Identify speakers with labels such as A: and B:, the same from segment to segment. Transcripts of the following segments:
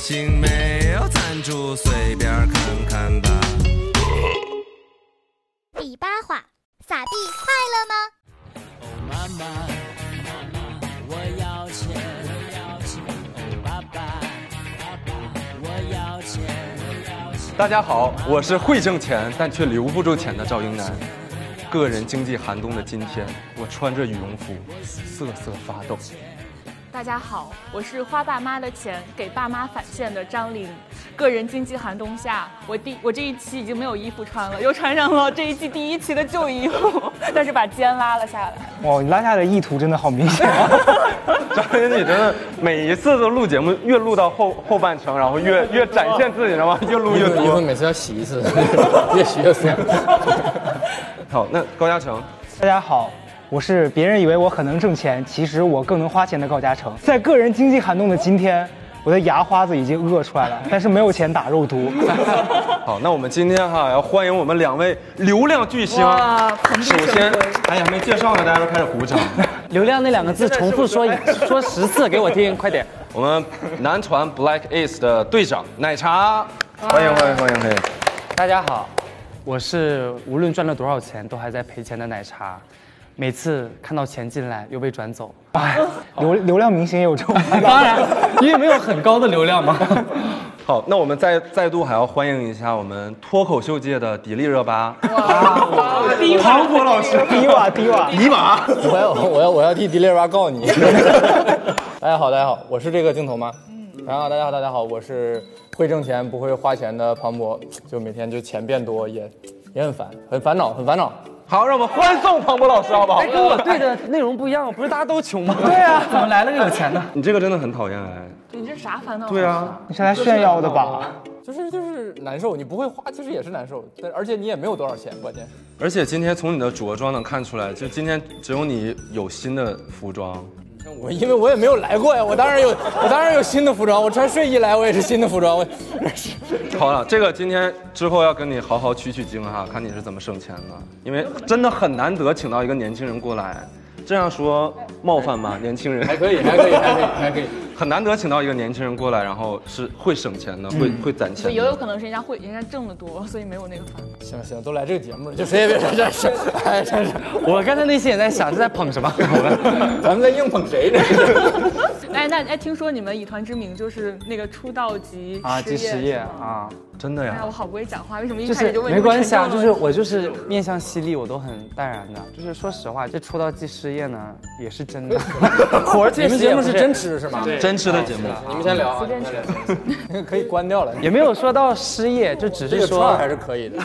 A: 星没有赞助，随便看看吧。
B: 第八话，撒币快乐吗？
C: 哦妈妈，妈妈，我要钱，我要钱。哦爸爸，爸爸，我要钱，我要钱。
D: 大家好，我是会挣钱但却留不住钱的赵英男。个人经济寒冬的今天，我穿着羽绒服瑟瑟发抖。
E: 大家好，我是花爸妈的钱给爸妈返现的张琳。个人经济寒冬下，我第我这一期已经没有衣服穿了，又穿上了这一季第一期的旧衣服， 但是把肩拉了下来。
F: 哇，你拉下来的意图真的好明显、啊。
D: 张琳，你真的每一次都录节目，越录到后后半程，然后越越展现自己，知道吗？越录越
G: 一会
D: 多。
G: 每次要洗一次，越洗越酸。
D: 好，那高嘉诚，
F: 大家好，我是别人以为我很能挣钱，其实我更能花钱的高嘉诚。在个人经济寒冬的今天，我的牙花子已经饿出来了，但是没有钱打肉毒。
D: 好，那我们今天哈要欢迎我们两位流量巨星。
H: 啊
E: 哇，蓬荜
D: 首
E: 生
D: 先
E: 辉。，
D: 哎呀，还没介绍呢，大家都开始鼓掌。
G: 流量那两个字重复说 一说十次给我听，快点。
D: 我们男团 Black Ace 的队长奶茶，欢迎欢迎欢迎欢迎。
G: 大家好，我是无论赚了多少钱都还在赔钱的奶茶，每次看到钱进来又被转走。
F: 流流量明星也有这种哎烦恼。
G: 当然，因为没有很高的流量嘛。
D: 好，那我们再再度还要欢迎一下我们脱口秀界的迪丽热巴，
F: 唐博老师，低瓦低 啊瓦，
D: 尼玛，
G: 我要我要我要替迪丽热巴告你。 大家好，大家好，我是这个镜头吗？嗯然后大家好，大家好，我是会挣钱不会花钱的庞博，就每天就钱变多也也很烦，很烦恼，很烦恼。
D: 好，让我们欢送庞博老师好不好？
G: 跟我对的内容不一样，不是大家都穷吗？对啊，怎么来了个有钱的？
D: 你这个真的很讨厌哎。
E: 你这啥烦恼？
D: 对啊，
F: 你是来炫耀的吧？
G: 就是就是难受，你不会花，其实也是难受，但而且你也没有多少钱，关键是。
D: 而且今天从你的着装能看出来，就今天只有你有新的服装。
G: 我因为我也没有来过呀，我当然有，我当然有新的服装，我穿睡衣来，我也是新的服装，我
D: 好了，这个今天之后要跟你好好取取经哈，看你是怎么省钱的，因为真的很难得请到一个年轻人过来，这样说冒犯吗？年轻人
G: 还可以，还可以，还可以，还可以。
D: 很难得请到一个年轻人过来，然后是会省钱的，会会攒
E: 所
D: 钱
E: 以也有
D: 的。
E: 可能是人家会，人家挣得多，所以没有那个烦恼。
G: 行了行了，都来这个节目了，就谁也别这是，哎，真是。我刚才内心也在想，这在捧 什么？ 咱们在硬捧谁呢？
E: 哎，那哎，听说你们以团之名就是那个出道即
H: 啊，即
E: 失
H: 失
E: 业
H: 业
E: 是吗。
H: 啊，
D: 真的
E: 哎呀，
D: 呀，
E: 我好不会讲话，为什么一
H: 就
E: 开始
H: 是
E: 就问
H: 没关系啊，
E: 你们成
H: 就是
E: 功了
H: 我就是面向犀利，我都很淡然的。就是说实话，这出道即失业呢，也是真的。
G: 活 这们节目是真吃是吗？对，
D: 真吃的节目。
G: 你们先聊啊， 可以关掉了。
H: 也没有说到失业，就只
G: 这
H: 是
G: 个串
H: 说
G: 儿还是可 以的。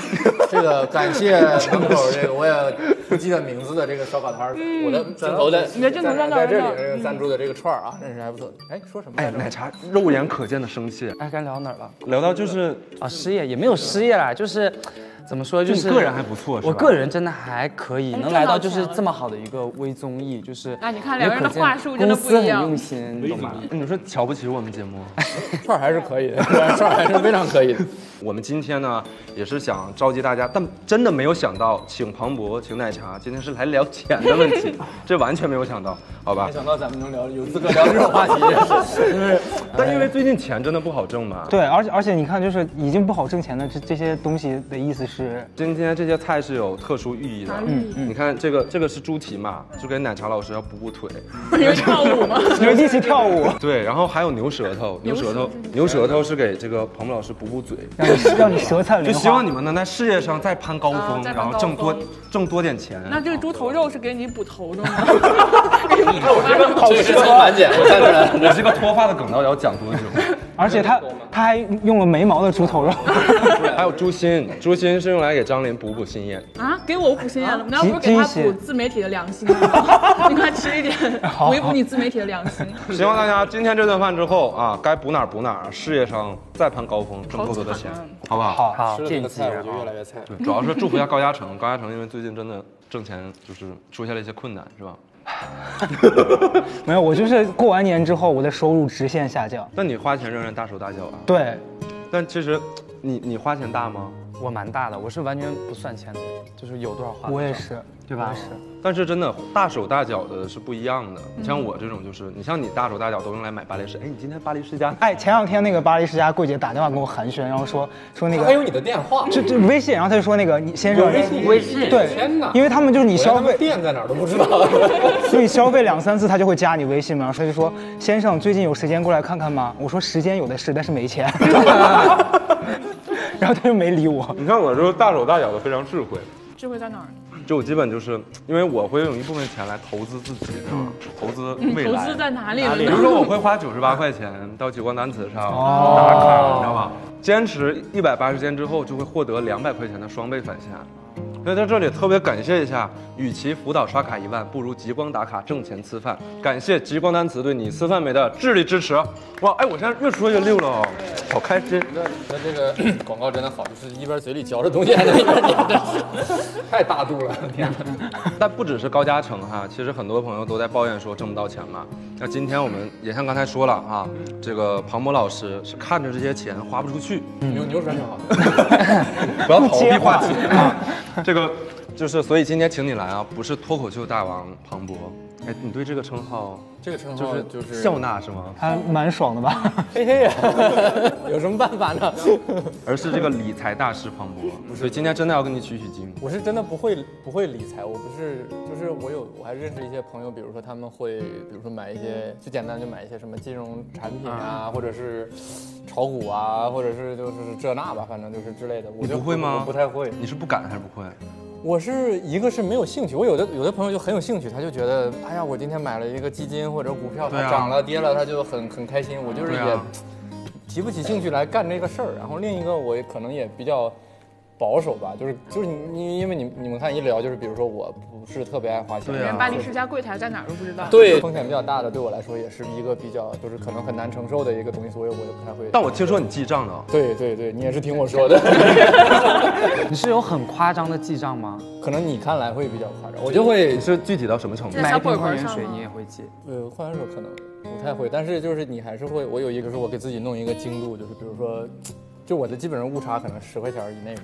G: 这个感 谢门口这个我也不记得名字的这个烧烤摊儿，我的镜头在
E: 你的镜头在那儿
G: 嗯在这
E: 在那
G: 里
E: 儿
G: 这个赞助的这个串儿啊，认识还不错。哎，说什么
D: 哎，
G: 来着？
D: 奶茶肉眼可见的生气，
H: 哎，该聊到哪儿了？
D: 聊到就是
H: 啊，失业也没有失业啦，就是怎么说，就
D: 你
H: 是
D: 个人还不错是吧
H: 我个人真的还可以，
E: 哎
H: 能来到就是这么好的一个微综艺，就是
E: 啊你看两个人的
H: 可见
E: 话术真的不一样
H: 公司很用心，懂吗？
D: 嗯你说瞧不起我们节目？
G: 串儿还是可以的， 串儿还是非常可以的。
D: 我们今天呢也是想召集大家，但真的没有想到，请庞博，请奶茶，今天是来聊钱的问 题，这完全没有想到，好吧
G: 没？想到咱们能聊，有资格聊这种话题，真是真是。
D: 但因为最近钱真的不好挣嘛。
F: 对，而且而且你看，就是已经不好挣钱的这这些东西的意思是，
D: 今天这些菜是有特殊寓意的，嗯嗯，你看这个这个是猪蹄嘛，就给奶茶老师要补补腿，
E: 因为跳舞吗？
F: 你们一起跳舞，
D: 对，然后还有牛舌头，牛舌头，牛舌头是给这个庞博老师补补嘴，
F: 让你让你舌灿
D: 就
F: 莲花。
D: 希望你们能在事业上再攀高
E: 啊
D: 峰，
E: 再攀
D: 然后
E: 高
D: 挣多
E: 峰
D: 挣多点钱。
E: 那这个猪头肉是给你补头 的吗？
G: 这是从满减，我站出来了。
D: 我这个脱发的梗到底要讲 多久？
F: 而且他他还用了眉毛的猪头肉，
D: 还有猪心，猪心是用来给张琳补补心眼。
E: 啊，给我补心眼了，难道不是给他补自媒体的良心吗？ 你快吃一点，补一补你自媒体的良心。
D: 希望大家今天这顿饭之后啊，该补哪儿补哪儿，事业上再攀高峰，挣更多的钱，
E: 啊
D: 好不好？好。
H: 好，
G: 吃了这
H: 见
G: 个
H: 机
G: 菜，我
H: 啊
G: 就。越来越菜。
D: 主要是祝福一下高嘉诚，高嘉诚因为最近真的挣钱就是出现了一些困难，是吧？
E: 嗯
F: 没有，我就是过完年之后，我的收入直线下降。
D: 但你花钱仍然大手大脚啊。
F: 对，
D: 但其实，你你花钱大吗？
H: 我蛮大的，我是完全不算钱的，就是有多少花。
F: 我也，是，
H: 啊对吧
F: 我也是，
D: 但是真的大手大脚的是不一样的。你像我这种，就是你像你大手大脚都用来买巴黎世，哎，你今天巴黎世家
F: 哎，前两天那个巴黎世家柜姐打电话跟我寒暄，然后说说那
G: 他哎还有
F: 个。
G: 你的电 话，
F: 这这微信，然后他就说那个你先生，
G: 微信
F: 对，
G: 天哪！
F: 因为他们就是
G: 我
F: 你
G: 连
F: 消
G: 他们
F: 费，
G: 店在哪儿都 不知道。
F: 所以消费两三次他就会加你微信嘛，然后他就说先生最近有时间过来看看吗？我说时间有的是，但是 没钱。然后他就没理我。
D: 你看我就是大手大脚的，非常智慧。
E: 智慧在哪儿？
D: 就我基本就是因为我会用一部分钱来投资自己，嗯投资未
E: 投
D: 来。
E: 资在哪里 了
D: 啊比
E: 呢？
D: 如说我会花九十八块钱到极光单词上打卡，你知道吧？坚持一百八十天之后，就会获得两百块钱的双倍返现。所以在这里特别感谢一下，与其辅导刷卡一万，不如极光打卡挣钱吃饭。感谢极光单词对你吃饭没的智力支持。哇，哎，我现在越说越溜了哦，好开心。
G: 那 那这个 广告真的好，就是一边嘴里嚼着东西，还能一边念，真是太大度了，天哪！
D: 但不只是高嘉诚哈，其实很多朋友都在抱怨说挣不到钱嘛。那今天我们也像刚才说了啊，这个庞博老师是看着这些钱花不出去，
G: 牛牛说挺好的。
D: 不要逃
F: 接
D: 避话
F: 话
D: 题啊。 这个就是，所以今天请你来啊，不是脱口秀大王庞博。哎，你对这个称号
G: 这个称
D: 就
G: 号
D: 是
G: 就是
D: 笑纳是吗？
F: 还蛮爽的吧？
G: 嘿嘿呀，有什么办法呢？
D: 而是这个理财大师庞博。所以今天真的要跟你取取经。
G: 我是真的不会不会理财，我不是就是我有我还认识一些朋友，比如说他们会比如说买一些最简单就买一些什么金融产品啊，或者是炒股啊，或者是就是这那吧，反正就是之类的。我
D: 你
G: 就
D: 不会吗
G: 我不太会。
D: 你是不敢还是不会？
G: 我是一个是没有兴趣，我有的有的朋友就很有兴趣，他就觉得，哎呀，我今天买了一个基金或者股票，
D: 对
G: 它
D: 啊
G: 涨了跌了，他就很很开心。我就是
D: 对
G: 也、
D: 啊
G: 提不起兴趣来干这个事儿。然后另一个我也可能也比较保守吧，就是就是你因为你你们看一聊就是，比如说我不是特别爱花钱，
D: 对啊
E: 连巴黎世家柜台在哪儿都不知道。
G: 对风险比较大的，对我来说也是一个比较就是可能很难承受的一个东西，所以我也不太会。
D: 但我听说你记账的哦，
G: 对对对，你也是听我说 的。
H: 你是有很夸张的记账吗？
G: 可能你看来会比较夸张，我就会
D: 你是具体到什么程度
E: 在？
H: 买
E: 小
H: 一
E: 本本
H: 瓶矿泉
E: 上
H: 水
E: 吗
H: 你也会记？
G: 呃，换手可能不太会，但是就是你还是会，我有一个是我给自己弄一个精度，就是比如说，就我的基本上误差可能十块钱以内吧，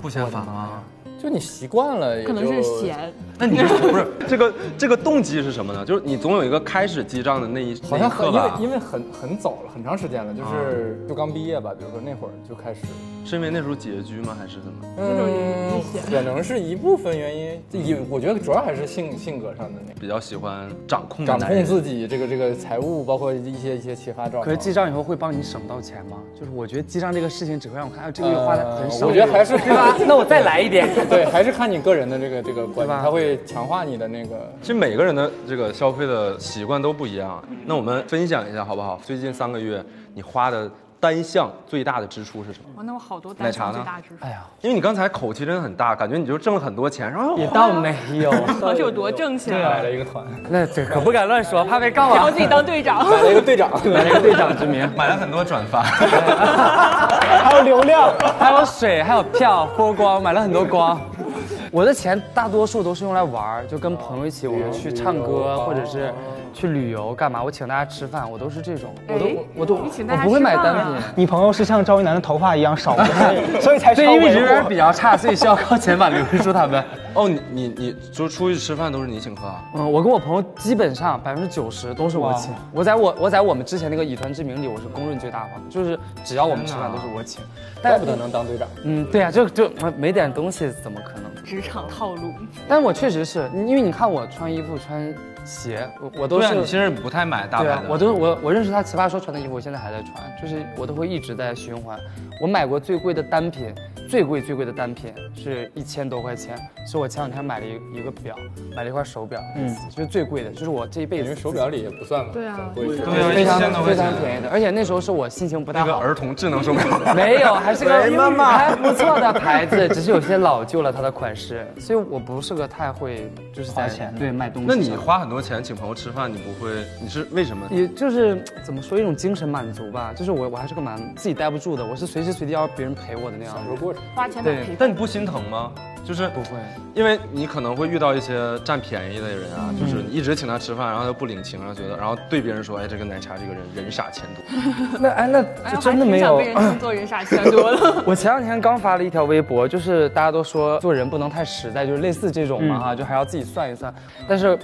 D: 不嫌烦吗？
G: 就你习惯了也就，
E: 可能是闲，
D: 那你这不是这个这个动机是什么呢？就是你总有一个开始记账的那一
G: 好
D: 那一
G: 像很
D: 刻
G: 因为
D: 吧，
G: 因为很很早了，很长时间了，就是、
H: 啊
G: 就刚毕业吧，比如说那会儿就开始，
D: 是因为那时候拮据吗？还是怎么？
G: 嗯，可能是一部分原因，也我觉得主要还是性性格上的那个。
D: 比较喜欢掌
H: 嗯
D: 控的
G: 掌
D: 男
G: 控
D: 人
G: 自己这个这个财务，包括一些一些其他状况。
H: 可是记账以后会帮你省到钱吗？就是我觉得记账这个事情只会让我看，啊，这个月花的很
G: 呃
H: 少。
G: 我觉得还是
H: 对吧？啊那我再来一点。
G: 对，还是看你个人的这个这个观
H: 对
G: 点，
H: 吧
G: 它会强化你的那个
D: 其实每个人的这个消费的习惯都不一样，啊那我们分享一下好不好？最近三个月你花的单项最大的支出是什么？
E: 哇，那我好多
D: 奶
E: 单
D: 茶
E: 项最
D: 呢
E: 大支出。
H: 哎呀，
D: 因为你刚才口气真的很大，感觉你就挣了很多钱，然后
H: 也倒没 有。
E: 老师有多挣钱啊？
G: 买了一个团，
H: 那这可不敢乱说，怕被告
E: 然后
H: 啊
E: 自。己当队长，
G: 买了一个队长。
H: 买了一个队长之名，
D: 买了很多转发。
F: 还有流量，
H: 还有水，还有票，波光，买了很多光。 我的钱大多数都是用来玩儿，就跟朋友一起，我们去唱歌，或者是去旅游干嘛。我请大家吃饭，我都是这种，我都
E: 哎
H: 我都
E: 你请
H: 我
E: 大家
H: 不会
E: 吃
H: 买
E: 饭
H: 单
E: 啊
H: 品。
F: 你朋友是像赵一楠的头发一样 少的，所以才
H: 对，
F: 稍
H: 因为
F: 微
H: 人缘
F: 火
H: 比较差，所以需要靠钱把留住他们。
D: 哦，你你你就出去吃饭都是你请客啊？
H: 嗯，我跟我朋友基本上百分之九十都是我
F: 哇
H: 请。我在我我在我们之前那个以团之名里，我是公认最大方，就是只要我们吃饭都是我请。
G: 怪不得能当队长。
H: 嗯，对啊，就就没点东西怎么可能？
E: 职场套路。
H: 但我确实是因为你看我穿衣服穿鞋，我我都
D: 对
H: 是
D: 啊，你其实不太买大牌
H: 对
D: 的。
H: 啊，我都我我认识他奇葩说穿的衣服，我现在还在穿，就是我都会一直在循环。我买过最贵的单品，最贵最贵的单品是一千多块钱，是我前两天买了一一个表，买了一块手表，嗯，就是最贵的，就是我这一辈
G: 因
H: 子
G: 为手表里也不算嘛，
E: 对啊
G: 对
D: 对啊，
H: 非
D: 一
H: 常
D: 千多块
H: 非
D: 钱
H: 常。便宜的，而且那时候是我心情不太
D: 那个
H: 好。
D: 儿童智能手表，
H: 没有，还是个
F: 喂妈妈
H: 还不错的牌子，只是有些老旧了它的款式，所以我不是个太会就是在
F: 花钱
H: 对卖东西
D: 那
H: 上。
D: 你花很多钱请朋友吃饭，你不会？你是为什么？
H: 也就是怎么说一种精神满足吧，就是我我还是个蛮自己待不住的，我是随时随地要别人陪我的那样
G: 享
H: 的
G: 受
H: 人。
G: 过程。
E: 花钱买
H: 对
E: 陪伴。
D: 但你不心疼吗？就是
H: 不会，
D: 因为你可能会遇到一些占便宜的人啊，就是
H: 嗯
D: 你一直请他吃饭，然后他不领情，然后觉得，然后对别人说，哎，这个奶茶这个人人傻钱多，
H: 那哎那
E: 哎呀，
H: 就真的没
E: 我还。
H: 有
E: 挺想被人做人傻钱多了。
H: 我前两天刚发了一条微博，就是大家都说做人不能太实在，就是 类似这种嘛哈，就还要自己算一算。但是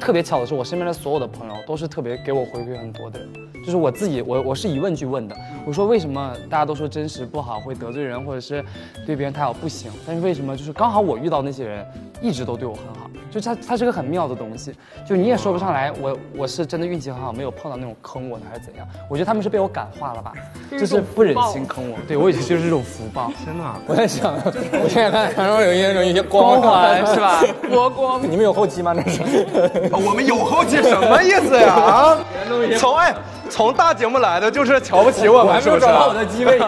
H: 特别巧的是，我身边的所有的朋友都是特别给我回馈很多的人，就是我自己，我我是疑问句问的，我说为什么大家都说真实不好，会得罪人，或者是对别人太好不行，但是为什么就是刚好我遇到那些人一直都对我很好，就它它是个很妙的东西，就你也说不上来，我我是真的运气很好，没有碰到那种坑我的还是怎样，我觉得他们是被我感化了吧，
E: 这是
H: 就是
E: 种
H: 不忍
E: 福报
H: 心坑我，对我也觉得就是这种福报。
D: 天哪！
G: 我在想，我现在看常常有一些有一些光
H: 光
G: 环
H: 环，是 吧？
E: 佛光，
G: 你们有后期吗？那 是。
D: 啊我们有后期什么意思呀？啊，从哎从大节目来的就是瞧不起我们，是不是啊？
G: 机位。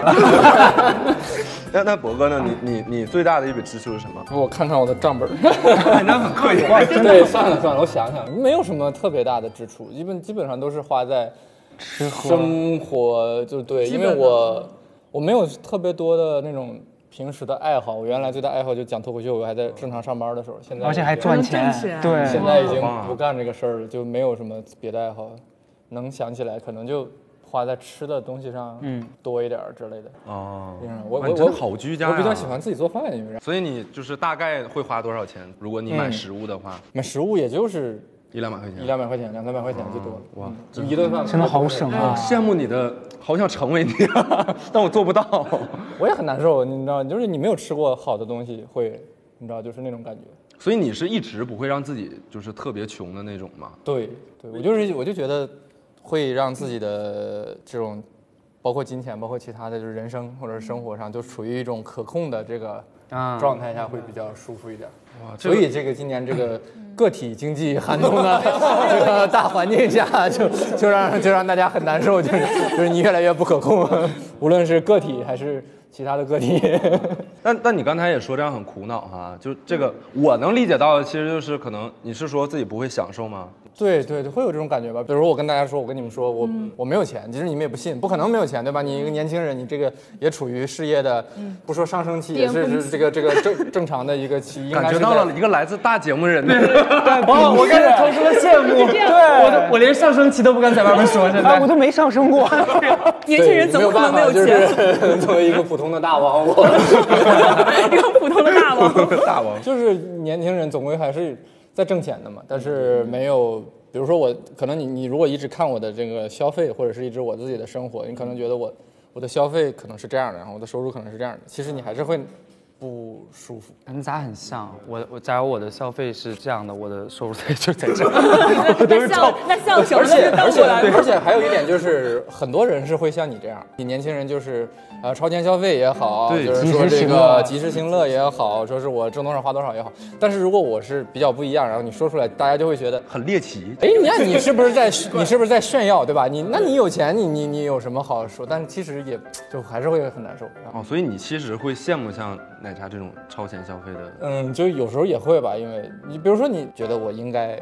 D: 那那博哥呢？你你你最大的一笔支出是什么？
G: 我看看我的账本儿。
D: 那很客气，
G: 对，算了算了，我想想，没有什么特别大的支出，基本基本上都是花在吃喝、生活，就对，因为我我没有特别多的那种平时的爱好。我原来最大爱好就讲脱口秀，我还在正常上班的时候，现在
F: 而且还赚钱
E: 还嗯能挣钱，
F: 对，
G: 现在已经不干这个事儿了，就没有什么别的爱好，能想起来可能就花在吃的东西上，嗯，多一点儿之类的。
D: 哦，
G: 嗯，我
D: 哇
G: 我
D: 你真
G: 我
D: 的好居家呀啊
G: 我比较喜欢自己做饭，因为
D: 所以你就是大概会花多少钱？如果你买食物的话，
G: 买食物也就是
D: 一两百块钱。
G: 嗯一两百嗯块钱，两三百块钱最多了。
D: 哇，
G: 就一
D: 嗯
G: 顿饭
F: 真的好省啊！
D: 羡慕你的，好想成为你，啊 但我做不到。
G: 我也很难受，你知道，就是你没有吃过好的东西，会，你知道，就是那种感觉。
D: 所以你是一直不会让自己就是特别穷的那种吗？
G: 对，对我就是我就觉得会让自己的这种，包括金钱，包括其他的，就是人生或者生活上，就处于一种可控的这个
H: 啊
G: 状态下，会比较舒服一点。
D: 哇，
G: 所以这个今年这个个体经济寒冬的这个大环境下，就就让就让大家很难受，就是就是你越来越不可控，无论是个体还是其他的个体。
D: 但但你刚才也说这样很苦恼哈、就这个我能理解到的，其实就是可能你是说自己不会享受吗？
G: 对对对，会有这种感觉吧？比如说我跟大家说，我跟你们说，我、
E: 嗯
G: 我没有钱，其实你们也不信，不可能没有钱，对吧？你一个年轻人，你这个也处于事业的，不说上升期，也
E: 嗯巅
G: 是是这个这个正正常的一个期，应该
D: 感
G: 是
D: 觉
G: 在
D: 到了一个来自大节目人的，
H: 哦，我刚才投出了羡慕，对，我 都我连上升期都不敢在外面说，现
F: 哎，
H: 在
F: 我。都没上升过，
E: 年轻
G: 对，
E: 人怎么可能没
G: 没
E: 有
G: 有
E: 钱？
G: 办法就是 作为一个普通的大王，我。
E: 一个 普通的大 王，
D: 大王。
G: 就是年轻人总归还是在挣钱的嘛，但是
E: 嗯
G: 没有，比如说我，可能你你如果一直看我的这个消费，或者是一直我自己的生活，你可能觉得我我的消费可能是这样的，然后我的收入可能是这样的，其实你还是会不舒服。
H: 你们仨很像，我我假如我的消费是这样的，我的收入就在这。
E: 那像那像什么呢？就倒过来
G: 而且还有一点就是，很多人是会像你这样，你年轻人就是呃超前消费也好，
D: 对
G: 就是
F: 及
G: 说
F: 时
G: 这
F: 行
G: 个
F: 乐
G: 及时行乐也好，说是我挣多少花多少也好。但是如果我是比较不一样，然后你说出来，大家就会觉得
D: 很猎奇，
G: 哎，你 看你是不是在你是不是在炫耀，对吧？你那你有钱，你你你有什么好说？但是其实也就还是会很难受。然后
D: 哦，所以你其实会羡慕像奶茶这种超前消费的，
G: 嗯，就有时候也会吧，因为你比如说你觉得我应该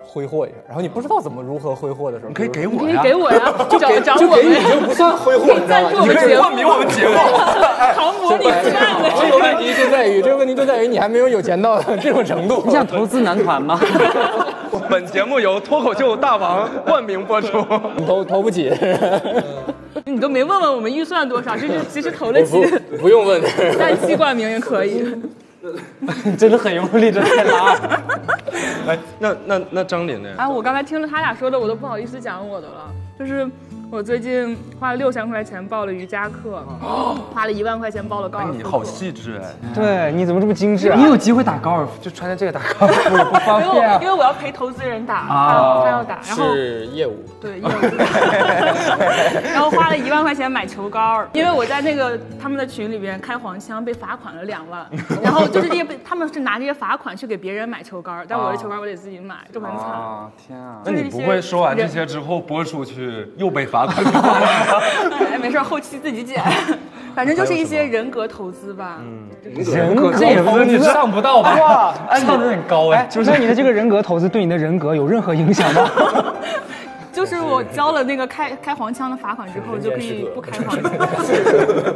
G: 挥霍一下，然后你不知道怎么如何挥霍的时候，
D: 你可以给
G: 我，
E: 你
D: 我
E: 可以
D: 呀，
E: 给我呀，找找
G: 就
E: 我
G: 给你
E: 们
G: 就不算挥霍，你知道
E: 赞助
G: 吗？
E: 我
G: 你
E: 们
G: 可以
E: 节目，
D: 我们节目，
E: 唐 模拟吃饭的
G: 这个问题就在于，这个问题就在于你还没有有钱到 这种程度。
H: 你想投资男团吗？
D: 本节目由脱口秀大王冠名播出。
G: 你 投投不起，
E: 你都没问问我们预算多少，这 是其实投了
G: 不
E: 几，
G: 不用问。
E: 单期冠名也可以。
H: 你 真的很用力的在拉。
D: 哎，那那那张琳呢？
E: 哎，我刚才听了他俩说的，我都不好意思讲我的了。就是我最近花了六千块钱报了瑜伽课，哦花了一万块钱报了高尔夫
D: 你
E: 课
D: 好细致哎，
F: 对，你怎么这么精致啊
H: 你？有机会打高尔夫，就穿着这个打高尔 夫也不方
E: 因为
H: 便
E: 我
H: 啊
E: 因。为我要陪投资人打，他要他要打，然后
G: 是业务，
E: 对，业务然后花了一万块钱买球杆儿，因为我在那个他们的群里边开黄腔，被罚款了两万。然后就是这些，他们是拿这些罚款去给别人买球杆儿，但我的球杆儿我得自己买，就很惨。
H: 啊天啊！
D: 那你不会说完这些之后播出去又被 罚款？
E: 哎，没事儿，后期自己剪。反正就是一些人格投资吧。
F: 人格
H: 这也不是上不到 吧？
F: 哇，
H: 上的很高哎
F: 哎，。那你的这个人格投资对你的人格有任何影响吗？
E: 就是
I: 我交了那个开开黄腔的罚款之后，就可以不开黄腔。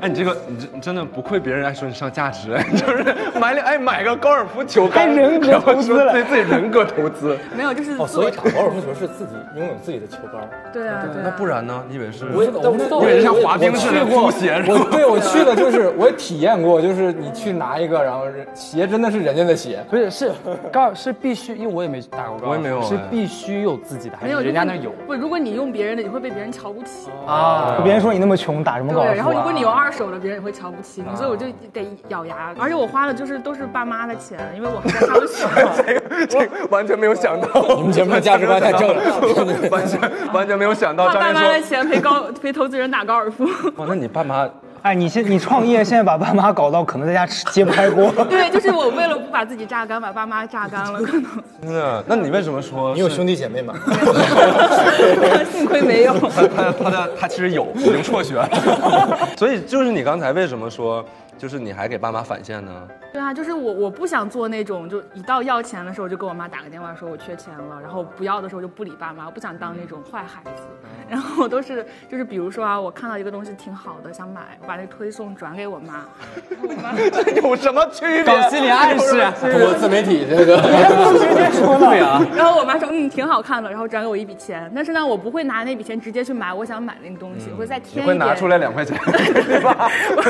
D: 哎，你这个你真真的不愧别人爱说你上价值，哎 就是买两哎买个高尔夫球杆，
F: 还人格
D: 然后
F: 投资
D: 说
F: 了
D: 对自己人格投资。
I: 没有，就是
G: 哦，所以
I: 做
G: 打高尔夫球是自己拥有自己的球杆儿。
I: 对啊，对
D: 那
I: 啊
D: 不。然呢？你以为是？
G: 我也但我
D: 以为像滑冰
G: 我
D: 似
G: 去
D: 的
G: 过
D: 租鞋是
G: 我
D: 吧？
G: 对我去的就是我也体验过，就是你去拿一个，然后人鞋真的是人家的鞋。
H: 不是是高尔是必须，因为我也没打过高尔夫，啊
D: 我也没有
H: 是
D: 哎
H: 必须有自己的，还
I: 没有，
H: 是人家那儿有
I: 不，如果你用别人的，你会被别人瞧不起。
H: 啊
F: 别人说你那么穷，打什么高尔
I: 对，
F: 夫、
I: 然
F: 啊？
I: 后如果你有二手的，别人也会瞧不起你，所以
D: 啊
I: 我就得咬牙。而且我花的就是都是爸妈的钱，因为我还在上 学。
D: 这个完全没有想到，
G: 你们节目的价值观太正了。
D: 完全完全没有想到。
I: 花
D: 张
I: 爸
D: 琳
I: 妈的
D: 说
I: 钱陪高陪投资人打高尔 夫。：“
D: 哇，那你爸妈
F: 哎，你现你创业，现在把爸妈搞到可能在家吃揭不开锅。
I: 对，就是我为了不把自己榨干，把爸妈榨干了，可 能。
D: 真的？那你为什么说
G: 你有兄弟姐妹吗？
I: 幸亏没有。
D: 他他他的他其实有，已经辍学 了。所以就是你刚才为什么说，就是你还给爸妈返现呢？
I: 对啊，就是我我不想做那种，就一到要钱的时候就跟我妈打个电话说我缺钱了，然后不要的时候就不理爸妈，我不想当那种坏孩子。
D: 嗯
I: 然后我都是就是比如说啊，我看到一个东西挺好的想买，我把那个推送转给我妈，
D: 有什么区
H: 搞心理暗示，啊
G: 我自媒体这个，
H: 对啊，
I: 然后我妈说嗯挺好看的，然后转给我一笔钱，但是呢我不会拿那笔钱直接去买我想买那个东西，我会再
D: 嗯你
I: 添一
D: 会
I: 点。
D: 拿出来两块 钱给你爸
I: 我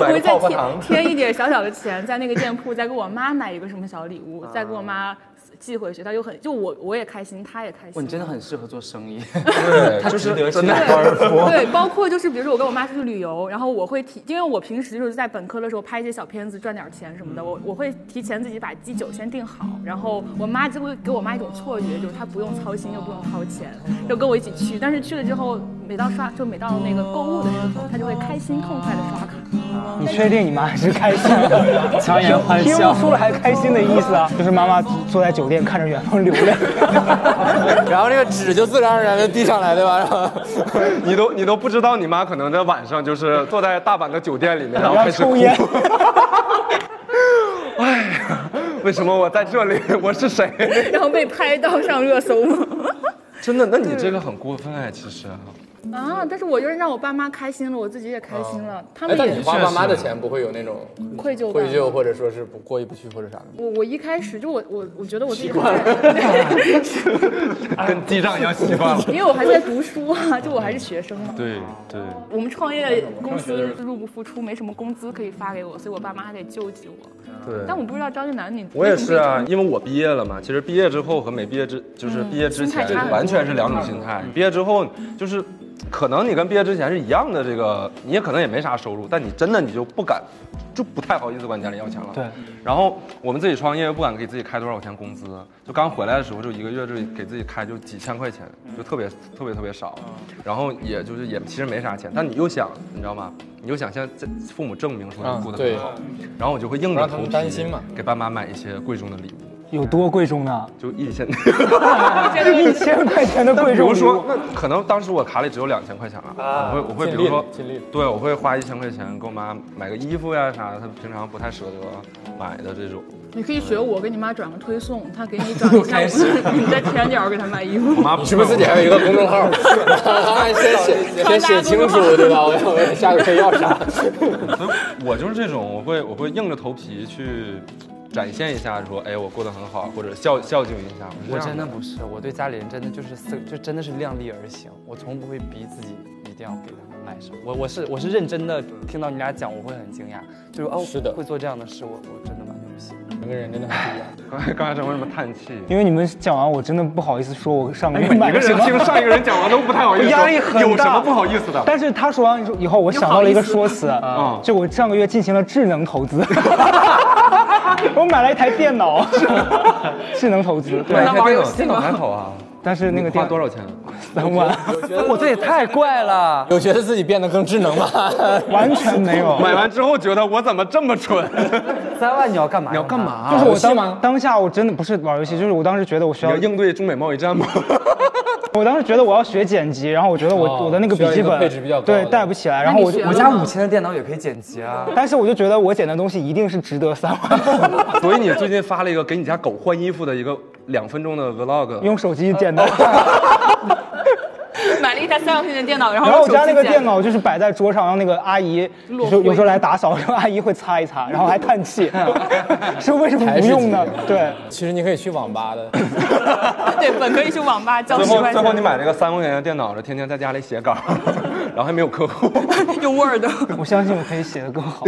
D: 买个
I: 会再
D: 泡泡
I: 添？
D: 糖
I: 添一点小小的钱，在那个店铺再给我妈买一个什么小礼物，再给
D: 啊
I: 我妈寄回去，她就很就我我也开心，她也开
H: 哇，
I: 心。
H: 你真的很适合做生意，
D: 对，就是真的
I: 对 对，包括就是比如说我跟我妈出去旅游，然后我会提，因为我平时就是在本科的时候拍一些小片子赚点钱什么的，我我会提前自己把基酒先定好，然后我妈就会给我妈一种错觉，就是她不用操心又不用掏钱，就跟我一起去。但是去了之后，每到刷就每到那个购物的时候，她就会开心痛快的刷卡。
F: 你确定你妈还是开心的？
H: 强颜欢
F: 听
H: 笑
F: 不。出来开心的意思啊，就是妈妈坐在酒店看着远方流泪。
G: 然后这个纸就自然而然的递上来，对吧？ 然后
D: 你都你都不知道，你妈可能在晚上 就是坐在大阪的酒店里面，然后
F: 然后
D: 开始
F: 抽
D: 哭
F: 烟。
D: 哎呀，为什么我在这里？我是谁？
I: 然后被拍到上热搜吗？
D: 真的？那你这个很过分哎，其实。
I: 啊！但是我就是让我爸妈开心了，我自己也开心了，他
G: 哎，
I: 们
G: 但
I: 也
G: 你花爸妈的钱不会有那种
I: 愧疚
G: 愧
I: 感。
G: 疚，或者说是不过意不去或者啥的吗。
I: 我我一开始就我我我觉得我自己还在，
D: 跟记账一样习 惯了。
I: 因为我还在读书啊， 就我还是学生嘛。
D: 对对，
I: 我们创业公司入不敷出，没什么工资可以发给我，所以我爸妈还得救济我。
D: 对
I: 但我不知道张俊楠你，
D: 我也是啊，因为我毕业了嘛。其实毕业之后和没毕业之，就是毕业之
I: 嗯心态
D: 前
I: 差很多嗯
D: 完全是两种心态。毕业之后就是，可能你跟毕业之前是一样的，这个你也可能也没啥收入，但你真的你就不敢，就不太好意思管家里要钱了。
F: 对。
D: 然后我们自己创业又不敢给自己开多少钱工资，就刚回来的时候就一个月就给自己开就几千块钱，就特别特别特别少。
I: 嗯
D: 然后也就是也其实没啥钱，但你又想你知道吗？你又想向自父母证明说
G: 嗯
D: 你过得
G: 对
D: 很好，然后我就会硬着
G: 让他
D: 头
G: 们
D: 皮
G: 担心嘛
D: 给爸妈买一些贵重的礼物，
F: 有多贵重呢？
D: 就一 千。
F: 一千块钱的贵
D: 比
F: 重
D: 如
F: 礼
D: 说
F: 物，，
D: 那可能当时我卡里只有两千块钱了，我会我会比如说
G: 啊尽力了尽力了，
D: 对，我会花一千块钱给我妈买个衣服呀啥的，她平常不太舍得买的这种。
I: 你可以学我，给你妈转个推送，她给你转一下，你再添点儿给她买衣服
D: 我。妈不
G: 你是不是自己还有一个公众号？ 先写先写清楚，对吧？我要我下个月要啥？
D: 所以我就是这种，我会我会硬着头皮去展现一下，说哎我过得很好，或者孝孝敬一下。
H: 我
D: 我是这
H: 真
D: 样
H: 的不是，我对家里人真的就是四，就真的是量力而行，我从不会逼自己一定要给他们买什么。我我是我是认真的，听到你俩讲我会很惊讶，就是哦，
G: 是的
H: 会做这样的事，我我真的完全不行。
G: 两个人真的很不一样。
D: 刚才刚才张为什么叹气？
F: 因为你们讲完，我真的不好意思说我上个月
D: 每
F: 买
D: 个
F: 了什
D: 人
F: 么。
D: 听上一个人讲完都不太好 意思，
F: 压力很大
D: 有什么不好意思的？
F: 但是他说完以后，我想到了一个说辞，啊，就我上个月进行了智能投资，我买了一台电脑，智能投资，对，
D: 那玩游戏吗？还好啊，
F: 但是那个
D: 花
F: 电
D: 多少钱？
F: 三万，
H: 我这也太怪了，
G: 有觉得自己变得更智能吗？
F: 完全没 有。
D: 买完之后觉得我怎么这么蠢？
H: 三万你要干嘛？
D: 你要干？嘛？啊
F: 就是
G: 游
F: 我
G: 戏吗
F: 当当下我真的不是玩游戏，就是我当时觉得我需
D: 你
F: 要
D: 要，应对中美贸易战 吗？
F: 我当时觉得我要学剪辑，然后我觉得我我的那个笔
G: 需要
F: 记
G: 一个
F: 本
G: 配置比较高的
F: 对带不起来，然后我就
I: 那
H: 我
I: 你学
F: 我
I: 了
F: 家，
H: 家五千的电脑也可以剪辑啊。
F: 但是我就觉得我剪的东西一定是值得三万。
D: 所以你最近发了一个给你家狗换衣服的一个两分钟的 vlog，
F: 用手机剪刀。
E: 买了一台三万块钱的电脑，然后
F: 然后
E: 用
F: 我
E: 手
F: 家
E: 机
F: 那个
E: 剪
F: 电脑就是摆在桌上，让那个阿姨有时候有时候来打扫，然 后阿姨会擦一擦，然后还叹气， 说为什么不用呢
G: 还是自？己
F: 对，
G: 其实你可以去网吧 的，
E: 对，本可以去网吧交
D: 最
E: 十
D: 后
E: 块钱。
D: 最后你买了个三块钱的电脑，这天天在家里写稿， 然后还没有客户。
E: 用 Word，
F: 我相信我可以写得更好。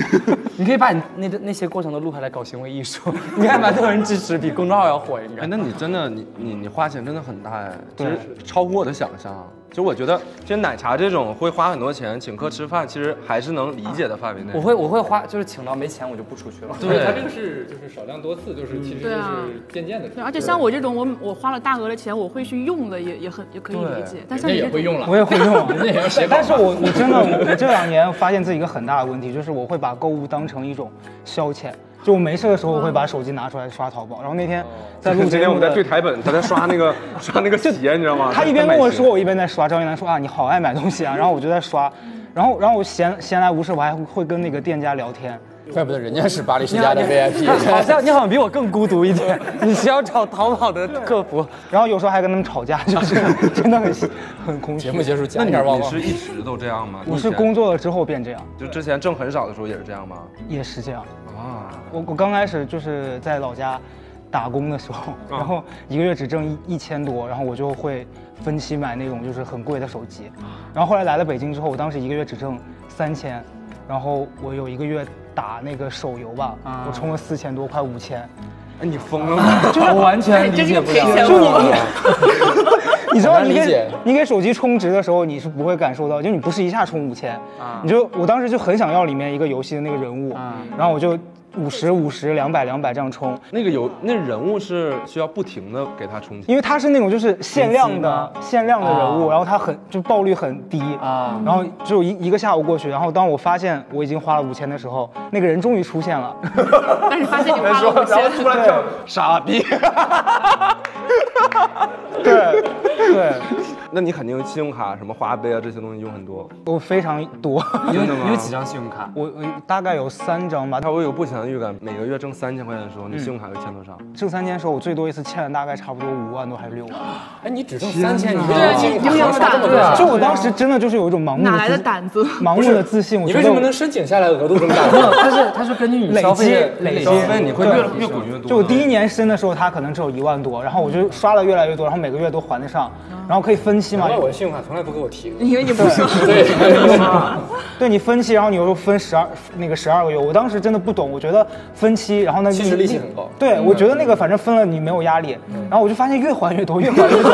H: 你可以把你那那些过程都录下来搞行为艺术， 应该蛮多人支持，比公众号要火应该
D: 哎，。那你真的你你你花钱真的很大哎，其实超乎我的想象。啊就我觉得，其实奶茶这种会花很多钱请客吃饭，其实还是能理解的范围内。
H: 我会我会花，就是请到没钱我就不出去了。
D: 对，
G: 个是就是少量多次，就是其实
E: 对啊就是
G: 渐渐的，
E: 而且像我这种，我我花了大额的钱，我会去用的，也也很也可以理解。但像你这种，
G: 用了
F: 我也会 用，啊
G: 那也要写稿
F: 但是我我真的我我这两年发现自己一个很大的问题，就是我会把购物当成一种消遣。就我没事的时候，我会把手机拿出来刷淘宝。然后那天在录
D: 今
F: 节
D: 天我
F: 目
D: 们在
F: 的
D: 对，台本，他在刷那 个刷那个鞋，你知道
G: 啊
D: 吗？
F: 他一边跟我
D: 在买
F: 说，
D: 鞋，
F: 我一边在刷。张一楠说啊，你好爱买东西啊。然后我就在刷，然后然后我闲闲来无事，我还会会跟那个店家聊 天。
G: 怪不得人家是巴黎世家的 VIP，
H: 好像你好像比我更孤独一点，你需要找淘宝的客服。
F: 然后有时候还跟他们吵架，就是 真的很很空虚
G: 节。目结束
D: 那
G: 讲一
D: 你
G: 下旺
D: 你
G: 旺
D: 是。一直都这样吗？
F: 我
D: 你以
F: 是
D: 前
F: 工作了之后变这样，
D: 就之前挣很少的时候也是这样吗？
F: 也是这样。
D: 啊，
F: 我我刚开始就是在老家打工的时
G: 啊
F: 候，然后一个月只挣一一千多，然后我就会分期买那种就是很贵的手机。
G: 啊
F: 然后后来来了北京之后，我当时一个月只挣三千，然后我有一个月打那个手游吧，
G: 啊
F: 我充了四千多，快五千。
D: 哎，你疯了吗？
H: 我完全理解不了。
F: 就你 你，你知道
G: 很难
F: 你
G: 理解
F: 给你给手机充值的时候，你是不会感受到，就你不是一下充五千，
G: 啊
F: 你就我当时就很想要里面一个游戏的那个人物，然后我就五十五十两百两百这样充，
D: 那个有那人物是需要不停的给他充钱。
F: 因为他是那种就是限量
H: 吗
F: 的限量的人物，
H: 啊
F: 然后他很就爆率很低
H: 啊
F: 啊，然后只有一一个下午过去，然后当我发现我已经花了五千的时候，那个人终于出现了，
E: 但是发现你花了五千，
D: 傻逼！
F: 对对，
D: 那你肯定信用卡什么花呗啊这些东西用很多，
F: 我非常多，
H: 你有
D: 真的吗
H: 你有几张信用卡？
F: 我我大概有三张吧，
D: 他会有不强的预感。每个月挣三千块钱的时候，你信用卡会欠多少？
F: 这三天的时候，我最多一次欠了大概差不多五万多还是六万，
G: 哎，你只挣三千，你为什
E: 对
G: 么信用
E: 你你
G: 卡能
E: 有
G: 刷这么多
E: 卡
G: 钱？
F: 就我当时真的就是有一种盲目
E: 哪来的
F: 的自
E: 胆子？
F: 盲目的自信，我
G: 你
F: 觉
G: 为
F: 得
G: 什么
F: 我
G: 能申请下来额度这么大？
H: 没有，他是他是根据你消费的
F: 累积
H: 积
D: 消费你会
F: 对
D: 越越滚越多。
F: 就我第一年申的时候，他可能只有一万多，然后我就刷的越来越多，然后每个月都还得上，然后可以分期嘛
G: 难怪，我的信用卡从来不给我提。
E: 因为你 不说，
G: 对，
F: 对你分期，然后你有时候分十二那个十二个月，我当时真的不懂，我觉得分期，然后那
G: 其实利息很高
F: 对，
D: 嗯
F: 我觉得那个反正分了你没有压力，然后我就发现越还越多，越还 越多，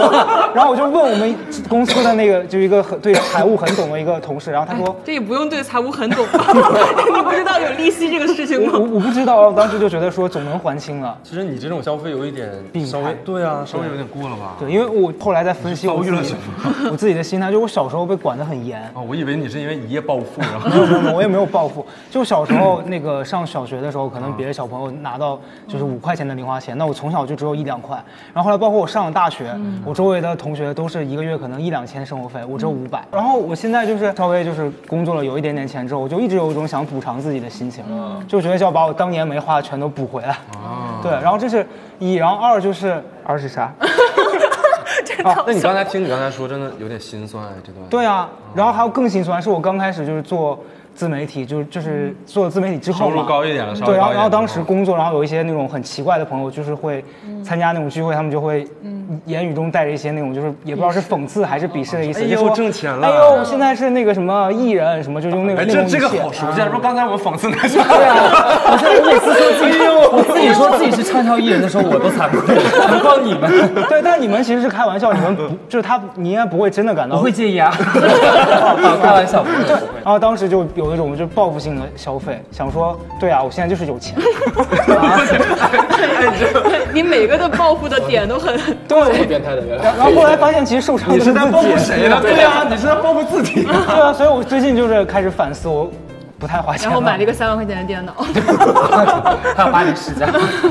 F: 然后我就问我们公司的那个就一个很对财务很懂的一个同事，然后他说。
E: 这也不用对财务很懂吧？ 你不知道有利息这个事情
F: 我
E: 吗？
F: 我不知道，我当时就觉得说总能还清了，
D: 其实你这种消费有一点
F: 病态
D: 稍微对啊，稍微有点过了吧？
F: 对，因为我后来在分析我
D: 遭遇
F: 自
D: 了
F: 己
D: 什么，
F: 我自己的心态，就我小时候被管得很严，
D: 啊，我以为你是因为一夜暴富，然
F: 没有
D: 后
F: 没有没有，我也没有报复。就小时 候那个上小学的时候，可
D: 嗯
F: 能别的小朋友拿到就是五块钱的零花钱，那我从小就只有一两块。然后后来包括我上了大学，
D: 嗯
F: 我周围的同学都是一个月可能一两千生活费，我只有五百。然后我现在就是稍微就是工作了有一点点钱之后，我就一直有一种想补偿自己的心情，
D: 嗯
F: 就觉得要把我当年没花的全都补回来。对，然后这是一，然后二就是二是啥？
D: 啊那你刚才听你刚才说，真的有点心酸哎，这段。
F: 对啊，然后还有更心酸，是我刚开始就是做自媒体，就是就是做自媒体之
D: 嗯
F: 后
D: 收入
F: 嘛
D: 高一点了，稍微
F: 对，然
D: 高
F: 后
D: 一点
F: 然后当
D: 了
F: 时工作，然后有一些那种很奇怪的朋友，就是会参加那种聚会，他们就会言语中带着一些那种就是也不知道是讽刺还嗯是鄙视的意思，
D: 哎
F: 就
D: 呦
F: 说
D: 挣钱
F: 哎
D: 了
F: 呦我现在是那个什么艺人什么，就用那个
D: 哎，
F: 那
D: 这
F: 种
D: 这个
F: 语气啊
D: 好熟悉啊！不是哎刚才我们讽刺那些，
H: 我在每次说自己，我自己说自己是畅销艺人的时候，我都惭愧，何况你们？
F: 对，但你们其实是开玩笑，你们 不就是他，你应该不会真的感到
H: 我会介意啊，开玩笑，不会不会。
F: 然后当时就有一种就是报复性的消费，想说，对啊，我现在就是有钱，
E: 你每个的报复的点都很，
F: 对，我
G: 变态的原来。啊
F: 然后后来发现其实受伤的啊是自己，
D: 谁呢？对呀，你是在报复自己。
F: 对啊，所以我最近就是开始反思我。不太花钱
I: 然
F: 了。
I: 后买了一个三万块钱的电脑，
H: 还有巴黎世家，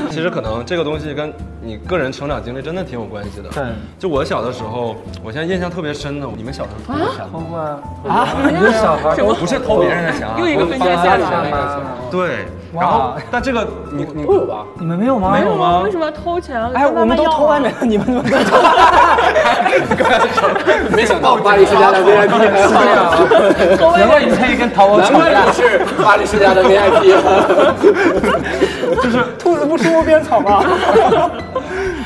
D: 其实可能这个东西跟你个人成长经历真的挺有关系的。
F: 对，
D: 就我小的时候，我现在印象特别深的，你们小时候偷过钱吗？
F: 啊，
H: 你是小孩
D: 不是偷别人的钱啊，
E: 又一个分界线了。
H: 吗？
D: 对，
F: 哇
D: 然后但这个你你
G: 都有吧？
F: 你们没有吗？没
E: 为什么为什么要偷钱？啊
F: 哎，我们都偷外面的，你们怎么都偷？
G: 没想到巴黎世家的 VIP 还 好呀，
F: 难怪你可以跟淘宝
G: 难
F: 抢
G: 怪你是巴黎世家的 VIP。
F: 兔子不吃窝边草 吗？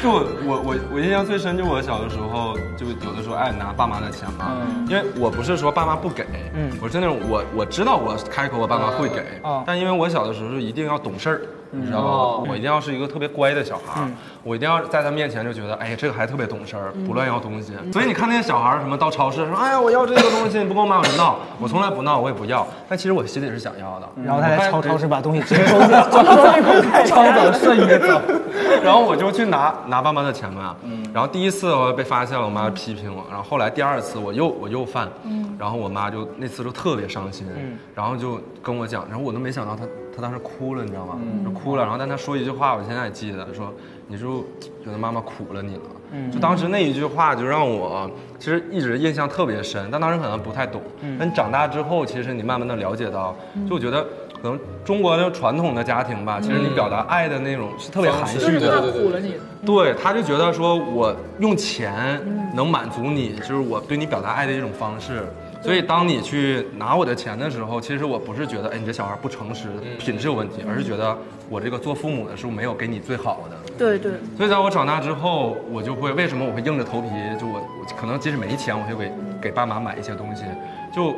D: 就我我我我印象最深，就我小的时候，就有的时候爱拿爸妈的钱嘛，因为我不是说爸妈不给，
F: 嗯
D: 我是那种我我知道我开口我爸妈会给，
F: 哦
D: 但因为我小的时候一定要懂事儿。
F: 嗯
D: 你知道
G: 哦
D: 吗？我一定要是一个特别乖的小孩儿，我一定要在他面前就觉得，哎呀，这个孩子特别懂事儿，
F: 嗯
D: 不乱要东西。所以你看那些小孩儿什么到超市说，哎呀，我要这个东西，你不给我买我就闹，我从来不闹，我也不要。但其实我心里是想要的。
F: 嗯然后他
D: 我发
F: 在
D: 现
F: 超超市把东西直接
D: 对
F: 收进， 超 走瞬移走。
D: 然后我就去拿拿爸妈的钱嘛，然后第一次我被发现了，我妈批评我，然后后来第二次我又我又犯，然后我妈就那次就特别伤心，然后就跟我讲，然后我都没想到她她当时哭了，你知道吗？就哭了，然后但她说一句话，我现在还记得，说你是不是觉得妈妈苦了你了？就当时那一句话就让我其实一直印象特别深，但当时可能不太懂，但你长大之后，其实你慢慢的了解到，就我觉得。可能中国的传统的家庭吧，其实你表达爱的那种是特别含蓄的，
I: 嗯就是怕苦了你。
D: 对，他就觉得说我用钱能满足你，就是我对你表达爱的一种方式。所以当你去拿我的钱的时候，其实我不是觉得，哎，你这小孩不诚实，
I: 嗯
D: 品质有问题，而是觉得我这个做父母的是没有给你最好的。
I: 对对，
D: 所以在我长大之后，我就会为什么我会硬着头皮，就我我可能即使没钱，我就会给爸妈买一些东西，就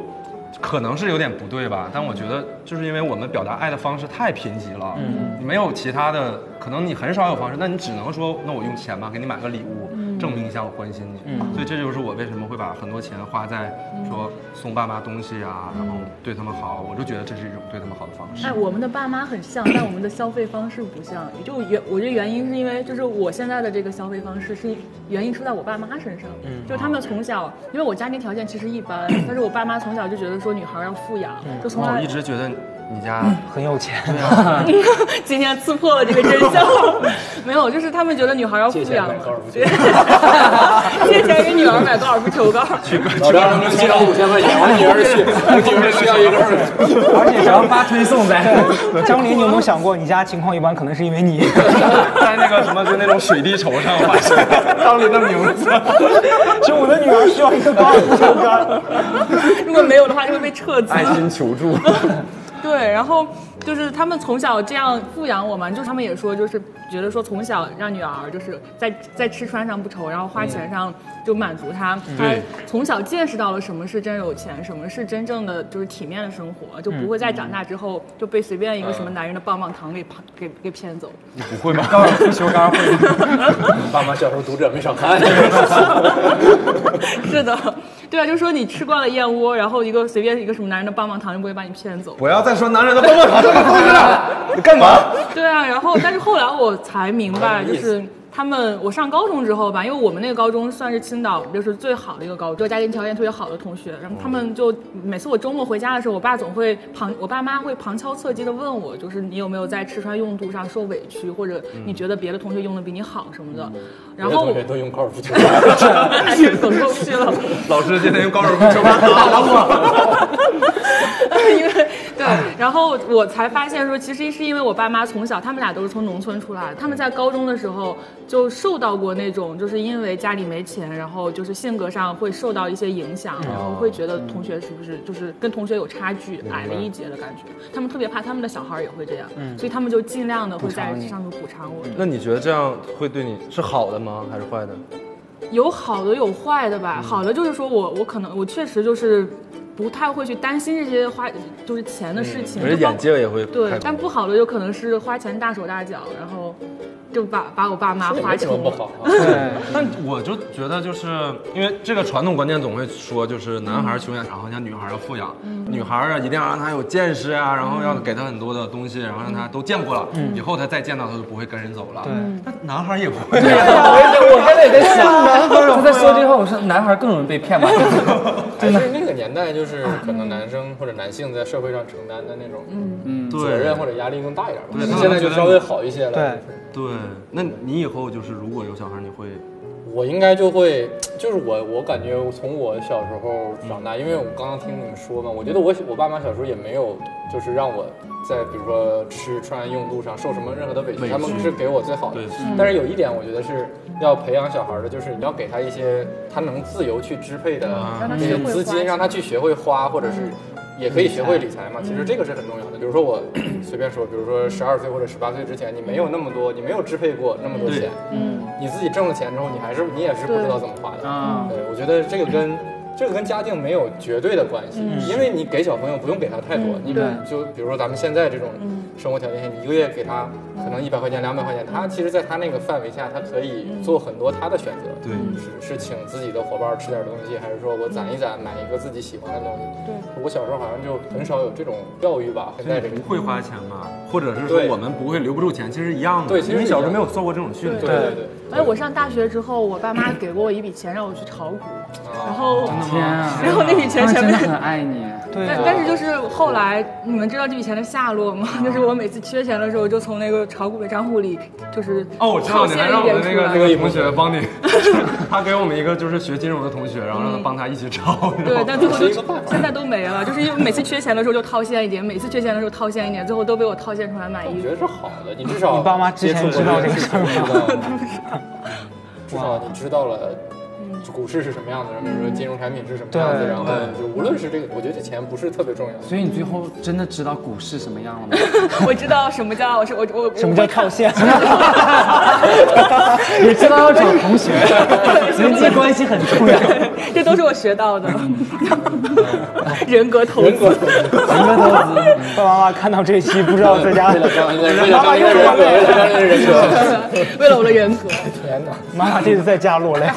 D: 可能是有点不对吧？但我觉得就是因为我们表达爱的方式太贫瘠了，你没有其他的，可能你很少有方式，那你只能说，那我用钱吧，给你买个礼物，证明一下我关心你。所以这就是我为什么会把很多钱花在说送爸妈东西啊，然后对他们好，我就觉得这是一种对他们好的方式。
I: 哎，我们的爸妈很像，但我们的消费方式不像。也就原我觉得原因是因为就是我现在的这个消费方式是原因出在我爸妈身上，就是他们从小，因为我家庭条件其实一般，但是我爸妈从小就觉得说女孩要富养，就从
D: 我
I: 来
D: 一直觉得你家
F: 很有钱，
I: 今天刺破了这个真相，没有，就是他们觉得女孩要富养嘛， 对借钱给女儿买高尔夫球杆儿，
G: 老张能借到五千块钱，我女儿需我女儿需要一个。
F: 而且只要发推送呗。张琳，你有没有想过，你家情况一般，可能是因为你？
D: 在那个什么，就那种水滴筹上 发现张琳的名字。
F: 是我的女儿需要一个高尔夫球杆。
I: 如果没有的话就会被撤资。
G: 心求助，
I: 对，然后就是他们从小这样富养我嘛，就是他们也说，就是觉得说从小让女儿就是在在吃穿上不愁，然后花钱上就满足她。
G: 嗯
I: 她
D: 对
I: 从小见识到了什么是真有钱，什么是真正的就是体面的生活，就不会在长大之后就被随便一个什么
G: 嗯
I: 男人的棒棒糖给骗给给骗走。
D: 不会吗？高尔夫球杆会。
G: 爸妈小时候读者没少看。
I: 是的，对啊，就说你吃惯了燕窝，然后一个随便一个什么男人的棒棒糖就不会把你骗走。
D: 不要再说男人的棒棒糖这个东西了，你干嘛？
I: 对啊，然后但是后来我才明白，就是他们我上高中之后吧，因为我们那个高中算是青岛就是最好的一个高中，就家庭条件特别好的同学，然后他们就每次我周末回家的时候，我爸总会旁我爸妈会旁敲侧击的问我，就是你有没有在吃穿用度上受委屈，或者你觉得别的同学用的比你好什么的，
D: 嗯
I: 然后
G: 同
I: 我
G: 学都用高尔夫 球。
I: 还是走过去了。
D: 老师今天用高尔夫球杆打了我。
I: 因为对，然后我才发现说，其实是因为我爸妈从小，他们俩都是从农村出来的，他们在高中的时候就受到过那种，就是因为家里没钱，然后就是性格上会受到一些影响，然后会觉得同学是不是就是跟同学有差距，矮了一截的感觉。他们特别怕他们的小孩也会这样，所以他们就尽量的会在上头补偿我。
D: 那你觉得这样会对你是好的吗？还是坏的？
I: 有好的有坏的吧。好的就是说我我可能我确实就是不太会去担心这些花就是钱的事
D: 嗯
I: 情，
D: 可是
I: 就包
D: 眼界也会
I: 对
D: 开，阔
I: 但不好的有可能是花钱大手大脚，然后就把把我爸妈花
G: 没什么
I: 穷
G: 不
I: 了。
G: 好啊。
D: 但我就觉得，就是因为这个传统观念总会说，就是男孩儿穷养长好像女孩儿要富养，女孩儿啊一定要让她有见识啊，然后要给她很多的东西，然后让她都见过了，以后她再见到她就不会跟人走了。对，那男孩儿也会呀。
H: 我刚才也在想，他在说这话，我说男孩更容易被骗吧？啊
G: 还是那个年代，就是可能男生或者男性在社会上承担的那种
H: 嗯，
G: 责任或者压力更大一点吧。
D: 对他们
G: 现在就
D: 觉得
G: 稍微好一些了。
F: 对
G: 就是
D: 对，那你以后就是如果有小孩，你会
G: 我应该就会，就是我，我感觉从我小时候长
D: 嗯
G: 大，因为我刚刚听你们说嘛，我觉得我我爸妈小时候也没有，就是让我在比如说吃穿用度上受什么任何的委屈，
D: 委屈
G: 他们是给我最好的
D: 对。
G: 但是有一点，我觉得是要培养小孩的，就是你要给他一些他能自由去支配的
D: 让
G: 那些资金，让他去学会花，或者是。也可以学会理财嘛，其实这个是很重要的。比如说我 随便说，比如说十二岁或者十八岁之前，你没有那么多，你没有支配过那么多
D: 对
G: 钱，
I: 嗯，
G: 你自己挣了钱之后，你还是你也是不知道怎么花的。
H: 啊，
G: 对，我觉得这个跟这个跟家境没有绝对的关系，
D: 嗯
G: 因为你给小朋友不用给他太多，你
I: 嗯对嗯
G: 就比如说咱们现在这种生活条件下，你一个月给他可能一百块钱、两百块钱，他其实在他那个范围下，他可以
I: 嗯
G: 做很多他的选择。
D: 对
G: 是是请自己的伙伴吃点东西，还是说我攒一攒买一个自己喜欢的东西？对，我小时候好像就很少有这种教育吧，现在这个
D: 不会花钱吧？或者是说
G: 对
D: 我们不会留不住钱，其实一样的。
G: 对其实
D: 因为
G: 一
D: 小时候
G: 样
D: 没有受过这种训练。
G: 对对对，
I: 哎，我上大学之后，我爸妈给过我一笔钱让我去炒股，然
G: 啊，
D: 哦
I: 后
H: 天 啊！
I: 然后那笔
H: 他
I: 钱
H: 们
I: 全
H: 真
I: 被
H: 的很爱你，
F: 对
I: 但
F: 啊，
I: 但是就是后来，你们知道这笔钱的下落吗？ 就是我每次缺钱的时候，就从那个炒股的账户里，就是
D: 哦，我知道，
I: 套
D: 你
I: 现
D: 还
I: 一
D: 让我
I: 点
D: 的
I: 出
D: 那个
I: 来
D: 那个同学帮你，他给我们一个就是学金融的同学，然后让他帮他一起
H: 嗯
D: 抄。然
I: 对，
D: 后
I: 但最后就现在都没了，就是因为每次缺钱的时候就套现一点，每次缺钱的时候套现一点，最后都被我套现出来买
G: 我
I: 衣
G: 觉
I: 服。
G: 得是好的，你至少
F: 你爸妈之前
G: 接触
F: 知道
G: 过
F: 这个事儿吗
G: 知道至少你知道了。股市是什么样子，然后比如说金融产品是什么样子，
F: 对
G: 然后就无论是这个，我觉得这钱不是特别重要。
H: 所以你最后真的知道股市什么样 了吗？
I: 我知道什么叫是我我
F: 什么叫套现？
H: 你知道要找同学，
F: 人际关系很重要，人
I: 这都是我学到的人格投资。
F: 格投资。爸嗯爸妈妈看到这一期，不知道在家
G: 为了证明为了
F: 妈妈
G: 证明
F: 又
G: 人格，
F: 流
G: 为
F: 泪
G: 了
F: 了，
G: 证明人格，
I: 为了我的人 格，
G: 天哪！
F: 妈妈这次在家落泪。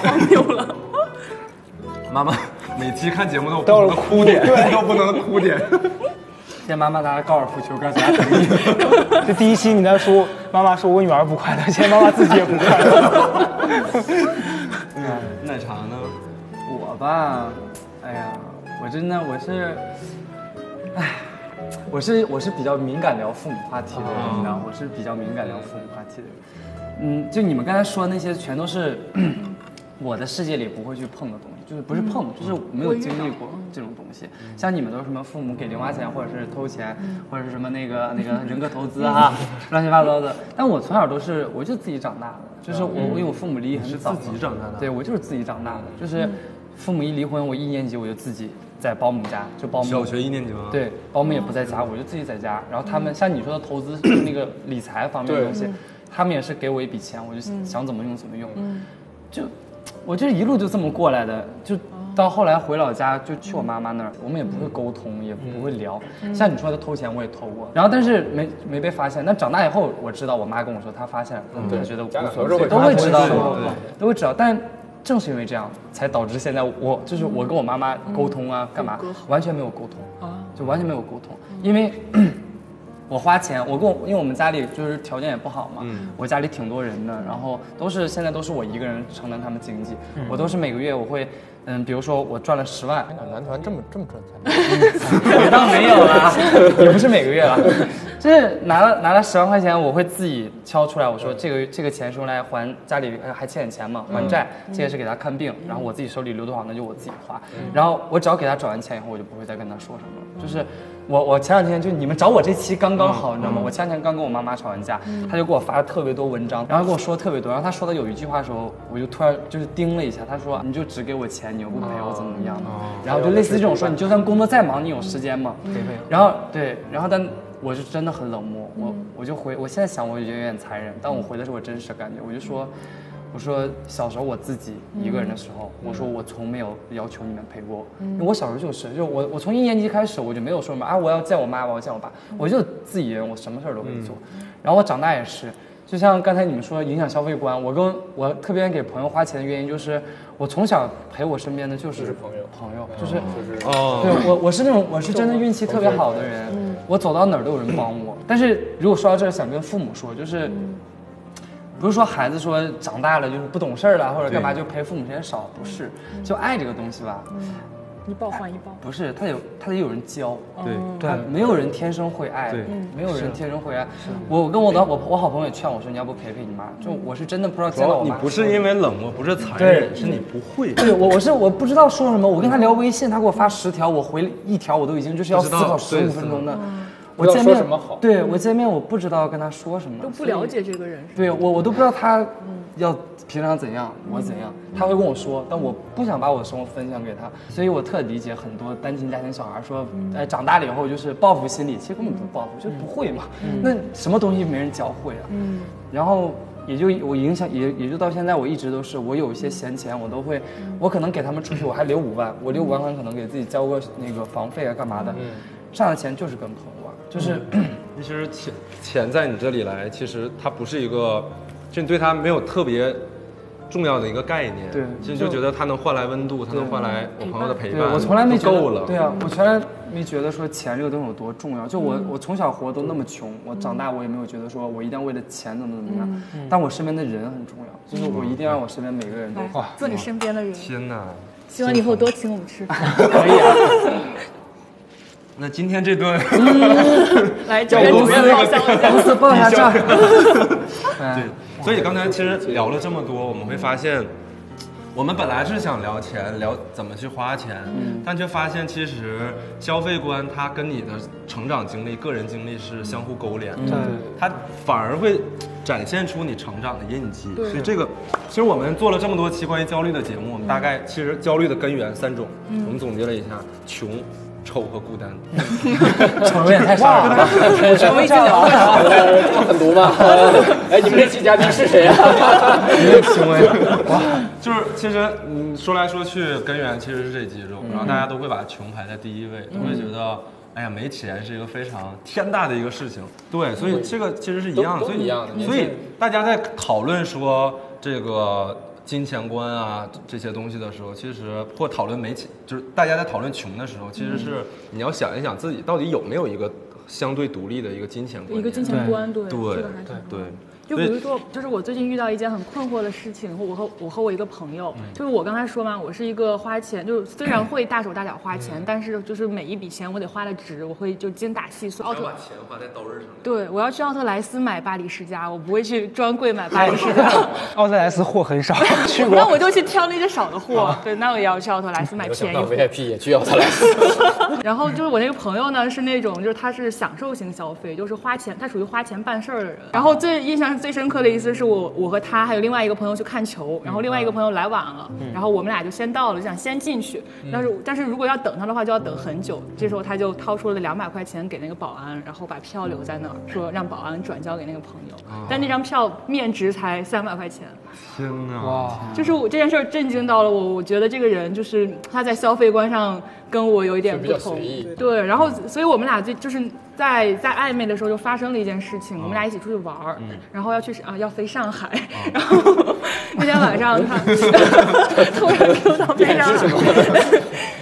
D: 妈妈每期看节目都有
F: 都
D: 不能
F: 有
D: 的哭 点，都不能的哭点。
H: 今天妈妈拿着高尔夫球杆在家等你。
F: 这第一期你在说妈妈说我女儿不快乐，现在妈妈自己也不快乐。
D: 奶茶呢？
H: 我吧，哎呀，我真的我是，哎，我是我是比较敏感聊父母话题的人，
D: 哦
H: 你知道，我是比较敏感聊父母话题的人。嗯，就你们刚才说的那些，全都是 我的世界里不会去碰的东西，就是不是
D: 嗯
H: 碰，就是没有经历过这种东西。像你们都是什么父母给零花钱，或者是偷钱，
D: 嗯
H: 或者是什么那个那 个人格投资哈，乱七八糟的。但我从小都是，我就自己长大的，就是我因为我父母离异很早嘛，
D: 嗯自己长大的嗯
H: 对我就是自己长大的，就是父母一离婚，我一年级我就自己在保姆家，就保姆
D: 小学一年级吗？，
H: 对，保姆也不在家，我就自己在家。然后他们像你说的投资那个理财方面的
G: 对
H: 东西，他们也是给我一笔钱，我就想怎么用怎么用。就我这一路就这么过来的，就到后来回老家就去我妈妈那儿，我们也不会沟通，也不会聊。像你说的偷钱我也偷过，然后但是没没被发现。但长大以后我知道，我妈跟我说她发现了，她
G: 嗯对
H: 觉得无
G: 家长
H: 所
G: 都是
H: 谓，
G: 会
H: 都
G: 看
H: 会
G: 的
H: 知道
G: 对
H: 的
G: 对对。
H: 都会知道，但正是因为这样，才导致现在我就是我跟我妈妈沟通哦嗯啊，干嘛完全没有沟通，就完全没有沟通，因为我花钱，我跟我因为我们家里就是条件也不好嘛，我家里挺多人的，然后都是现在都是我一个人承担他们经济，我都是每个月我会，嗯，比如说我赚了十万，
G: 男团这么这么赚钱，
H: 也倒没有啦， 也不是每个月了，就是拿了拿了十万块钱，我会自己敲出来，我说这个这个钱是用来还家里呃还欠点钱嘛，还债，这个是给他看病，然后我自己手里留多少那就我自己花，然后我只要给他找完钱以后，我就不会再跟他说什么了，就是。我我前两天就你们找我这期刚刚好，你知道吗？我前两天刚跟我妈妈吵完架，她就给我发了特别多文章，然后跟我说特别多，然后她说的有一句话的时候，我就突然就是盯了一下，她说你就只给我钱，你又不陪我怎么怎么样的，然后就类似这种说，你就算工作再忙，你有时间吗？然后对，然后但我是真的很冷漠，我我就回，我现在想我也觉得有点残忍，但我回的是我真实的感觉，我就说。我说小时候我自己一个人的时候，我说我从没有要求你们陪过我，因为我小时候就是，就我我从一年级开始我就没有说什么啊我要见我妈，我要见我爸，我就自己人，我什么事儿都可以做。然后我长大也是，就像刚才你们说影响消费观，我跟我特别愿意给朋友花钱的原因就是，我从小陪我身边的就是
G: 朋友
H: 朋友就是
G: 就是
D: 哦，
H: 对我，我是那种我是真的运气特别好的人，我走到哪儿都有人帮我。但是如果说到这儿，想跟父母说，就是不是说孩子说长大了就是不懂事儿了或者干嘛
D: 对
H: 就陪父母时间少，不是，就爱这个东西吧，
I: 一报还一报。
H: 不是，他有他得有人教，
D: 对，
F: 对
H: 啊没有人天生会爱，
D: 对
H: 没有人天生会爱。我跟我的我我好朋友也劝我说，你要不陪陪你妈？就我是真的不知道
D: 主
H: 见到
D: 要
H: 我
D: 哦你
H: 妈
D: 不是因为冷漠，不是残
H: 对
D: 忍，是你不会。
H: 对我，我是我不知道说什么，我跟他聊微信，他给我发十条，我回一条，我都已经就是要思考
D: 不
H: 十
D: 知道
H: 五
D: 对
H: 分钟的。
G: 不
H: 我
G: 知道
H: 见
G: 说
H: 面
G: 什么好
H: 对我见面，我不知道跟他说什么，
I: 都不
H: 所以
I: 了。解这个人，
H: 对我，我都不知道他要平常怎样，我怎样，他会跟我说，但我不想把我的生活分享给他，所以我特理解很多单亲家庭小孩说，哎，长大了以后就是报复心理，其实根本不是报复，就不会嘛，那什么东西没人教会啊？然后也就我影响也也就到现在，我一直都是我有一些闲钱，我都会，我可能给他们出去，我还留五万，我留五万块可能给自己交个那个房费啊干嘛的，剩下的钱就是跟朋友玩，就是、
D: 其实钱钱在你这里来，其实它不是一个，就你对它没有特别重要的一个概念。
H: 对
D: 其实就觉得它能换来温度，它能换来我朋友的陪
H: 对
D: 伴，
H: 我从来没
D: 就
H: 觉得
D: 够了。
H: 对啊，我从来没觉得说钱这个东西有多重要。就我、
I: 嗯
H: 我从小活都那么穷，我长大我也没有觉得说我一定要为了钱怎么怎么样。
I: 嗯
H: 但我身边的人很重要，就是我一定要让我身边每个人都好。
I: 做你身边的人，
D: 天哪！
I: 希望你以后多请我们吃饭。
H: 可以啊，
D: 那今天这 顿，
I: 来，整个主任报销一下。
H: 公司报一下账。
D: 对，所以刚才其实聊了这么多，我们会发现，我们本来是想聊钱，聊怎么去花钱，但却发现其实消费观它跟你的成长经历、个人经历是相互勾连的，它反而会展现出你成长的印记。所以这个，其实我们做了这么多期关于焦虑的节目，我们大概其实焦虑的根源三种，我们总结了一下：穷、丑和孤单。
H: 丑有点太伤人了，我觉得这样吧，
G: 这么狠毒吗？哎，你们这期嘉宾是谁啊？
H: 行为。
D: 就是其实嗯，说来说去，根源其实是这几种，然后大家都会把穷排在第一位，都会觉得。哎呀，没钱是一个非常天大的一个事情，对，所以这个其实是一样的，
G: 都
D: 所
G: 都
D: 以
G: 一样的
D: 所以大家在讨论说这个金钱观啊这些东西的时候，其实或讨论没钱，就是大家在讨论穷的时候，其实是你要想一想自己到底有没有一个相对独立的一个金钱观念，
I: 一个金钱观，对，
D: 对
I: 这个还挺好。
D: 对，
I: 就
D: 所
I: 比
D: 以
I: 如说，就是我最近遇到一件很困惑的事情，我和我和我一个朋友，
D: 嗯
I: 就是我刚才说嘛，我是一个花钱，就是虽然会大手大脚
D: 嗯
I: 花钱，但是就是每一笔钱我得花的值，我会就精打细算。奥特，
D: 钱花在刀刃上。
I: 对我要去奥特莱斯买巴黎世家，我不会去专柜买巴黎世家。
F: 奥特莱斯货 很少，去
D: 哎
F: 过
I: 那我就去挑那些少的货，对，那我也要去奥特莱斯买
G: 我
I: 便
G: 想
I: 宜
G: 到
I: 货。
G: VIP 也去奥特莱斯，
I: 然后就是我那个朋友呢，是那种就是他是享受型消费，就是花钱，他属于花钱办事儿的人。然后最印象最深刻的一次是我我和他还有另外一个朋友去看球，然后另外一个朋友来晚了，然后我们俩就先到了，就想先进去，但是但是如果要等他的话就要等很久。这时候他就掏出了两百块钱给那个保安，然后把票留在那儿，说让保安转交给那个朋友，但那张票面值才三百块钱。
D: 天哪！
I: 就是我这件事儿震惊到了我，我觉得这个人就是他在消费观上跟我有一点
G: 就比
I: 不
G: 较
I: 同
G: 随意，
I: 对，然后所以我们俩就就是在在暧昧的时候就发生了一件事情，
G: 哦
I: 我们俩一起出去玩儿，
G: 嗯
I: 然后要去啊要飞上海，然后
G: 哦
I: 那天晚上 他突然 Q 到飞上海，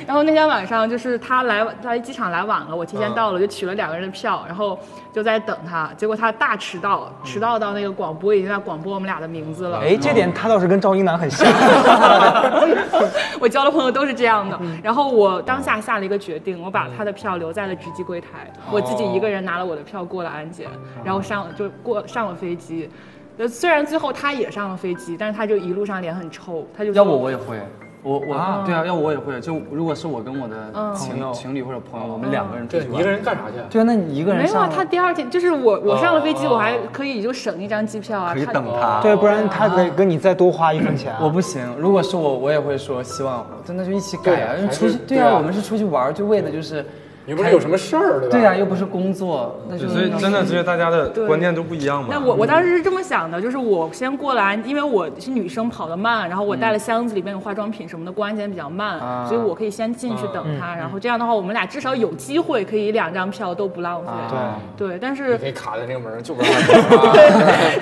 I: 然后那天晚上就是他来他机场来晚了，我提
G: 嗯
I: 前到了，就取了两个人的票，然后就在等他，结果他大迟到，迟到到那个广播已经在广播我们俩的名字了，
F: 哎，这点他倒是跟赵英男很像。
I: 我交的朋友都是这样的。然后我当下下了一个决定，我把他的票留在了值机柜台，我自己一个人拿了我的票过了安检，然后上就过上了飞机。呃虽然最后他也上了飞机，但是他就一路上脸很臭，他就说 啊
H: 要我我也会，我我、对啊，要我我也会。就如果是我跟我的
I: 嗯
H: 情、情侣或者朋友，我们两个人出
G: 对，
H: 去
G: 你
H: 玩，
G: 一个人干啥去？
H: 对啊，那你一个人
I: 没有啊
H: 上，
I: 他第二天就是我我上了飞机，
G: 哦
I: 我还可以就省一张机票啊，
D: 可以
I: 他
D: 等他。
F: 对，不然他得跟你再多花一分钱啊。
H: 我不行，如果是我，我也会说希望，真的就一起改啊，
G: 对
H: 因为出
G: 还
H: 去
G: 是
H: 对
G: 对啊
H: 啊，我们是出去玩儿，就为的就是，
G: 你又不是有什么事儿，对吧？
H: 对啊，又不是工作，那就
D: 所以真的，这些大家的观念都不一样嘛。
I: 那我我当时是这么想的，就是我先过来，因为我是女生跑得慢，然后我带了箱子里面有化妆品什么的，过安检比较慢，
H: 啊
I: 所以我可以先进去等他，然后这样的话我们俩至少有机会可以两张票都不浪费。
H: 啊
I: 对，但是
G: 你可以卡在那个门上，就不让他走啊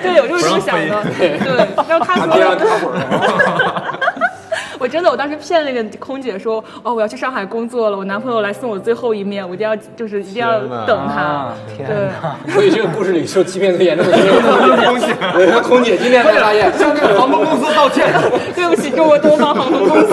I: 对，我就是这么想的。对，然后他
G: 他
I: 说
G: 别让他滚儿。
I: 我真的，我当时骗那个空姐说，哦，我要去上海工作了，我男朋友来送我最后一面，我一定要就是一定要
D: 天哪
I: 等他
F: 啊。天
I: 对，
G: 所以这个故事里受欺骗最严重的就是空姐，对空姐今天才发现，向这个航空公司道歉。
I: 对不起，中国东方航空公司。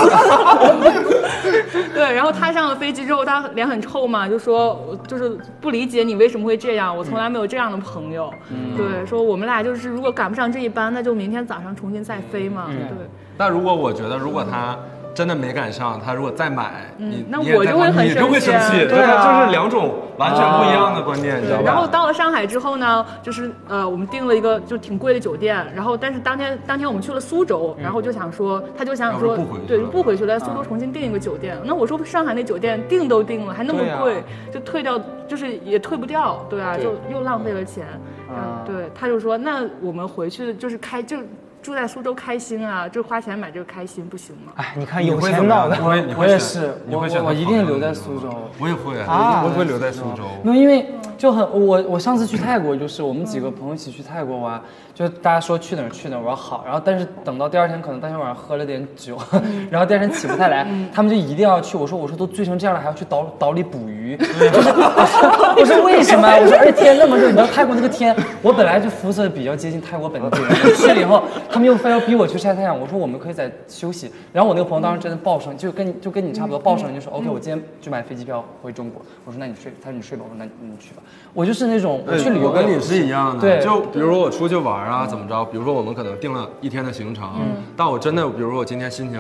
I: 对，然后他上了飞机之后，他脸很臭嘛，就说我就是不理解你为什么会这样，我从来没有这样的朋友。对，说我们俩就是如果赶不上这一班，那就明天早上重新再飞嘛。对。
D: 那如果我觉得，如果他真的没赶上，他如果再买，你
I: 那
D: 你也
I: 我
D: 在
I: 就会
D: 看
I: 很
D: 你就会生
I: 生气
D: 气，
I: 对
F: 啊
D: 就是两种完全不一样的观念，你知道
I: 对，
D: 吧？
I: 然后到了上海之后呢，就是呃，我们订了一个就挺贵的酒店，然后但是当天当天我们去了苏州，
D: 嗯
I: 然后就想说，他就想想说
D: 要不不回去，
I: 对，
D: 了啊
I: 就不回去了，在苏州重新订一个酒店。那我说上海那酒店订都订了，还那么
D: 啊
I: 贵，就退掉，就是也退不掉，对啊，
G: 对
I: 就又浪费了钱。
H: 啊
I: 嗯，对，他就说那我们回去就是开就住在苏州开心啊，就花钱买这个开心不行吗？
F: 哎，你看有钱闹的
D: 你，会你会
H: 我
D: 选
H: 也是
D: 你
H: 我
D: 会选
H: 我
D: 择
H: 我一定
D: 跑到
H: 留
D: 那
H: 在
D: 个地
H: 苏
D: 方
H: 州
D: 我也会
F: 啊
D: 我也会留在苏州。
H: 没有，因为就很我我上次去泰国就是我们几个
D: 嗯
H: 朋友一起去泰国玩，就大家说去哪儿去哪儿，我说好，然后但是等到第二天可能当天晚上喝了点酒，
D: 嗯
H: 然后第二天起不太来，他们就一定要去，我说我说都醉成这样了还要去岛岛里捕 鱼，就是我说我说为什么？我说而且天那么热，你知道泰国那个天，我本来就肤色比较接近泰国本地人，去了以后他们又非要逼我去晒太阳，我说我们可以在休息，然后我那个朋友当时真的报上，就跟就跟你差不多报上，就说 OK 我今天就买飞机票回中国，我说那你睡，他说你睡吧，我说那你去吧，我就是那种我
D: 对
H: 去旅游
D: 我跟你是一样的。
H: 对
D: 就比如我出去玩啊，怎么着？比如说我们可能定了一天的行程，但我真的，比如说我今天心情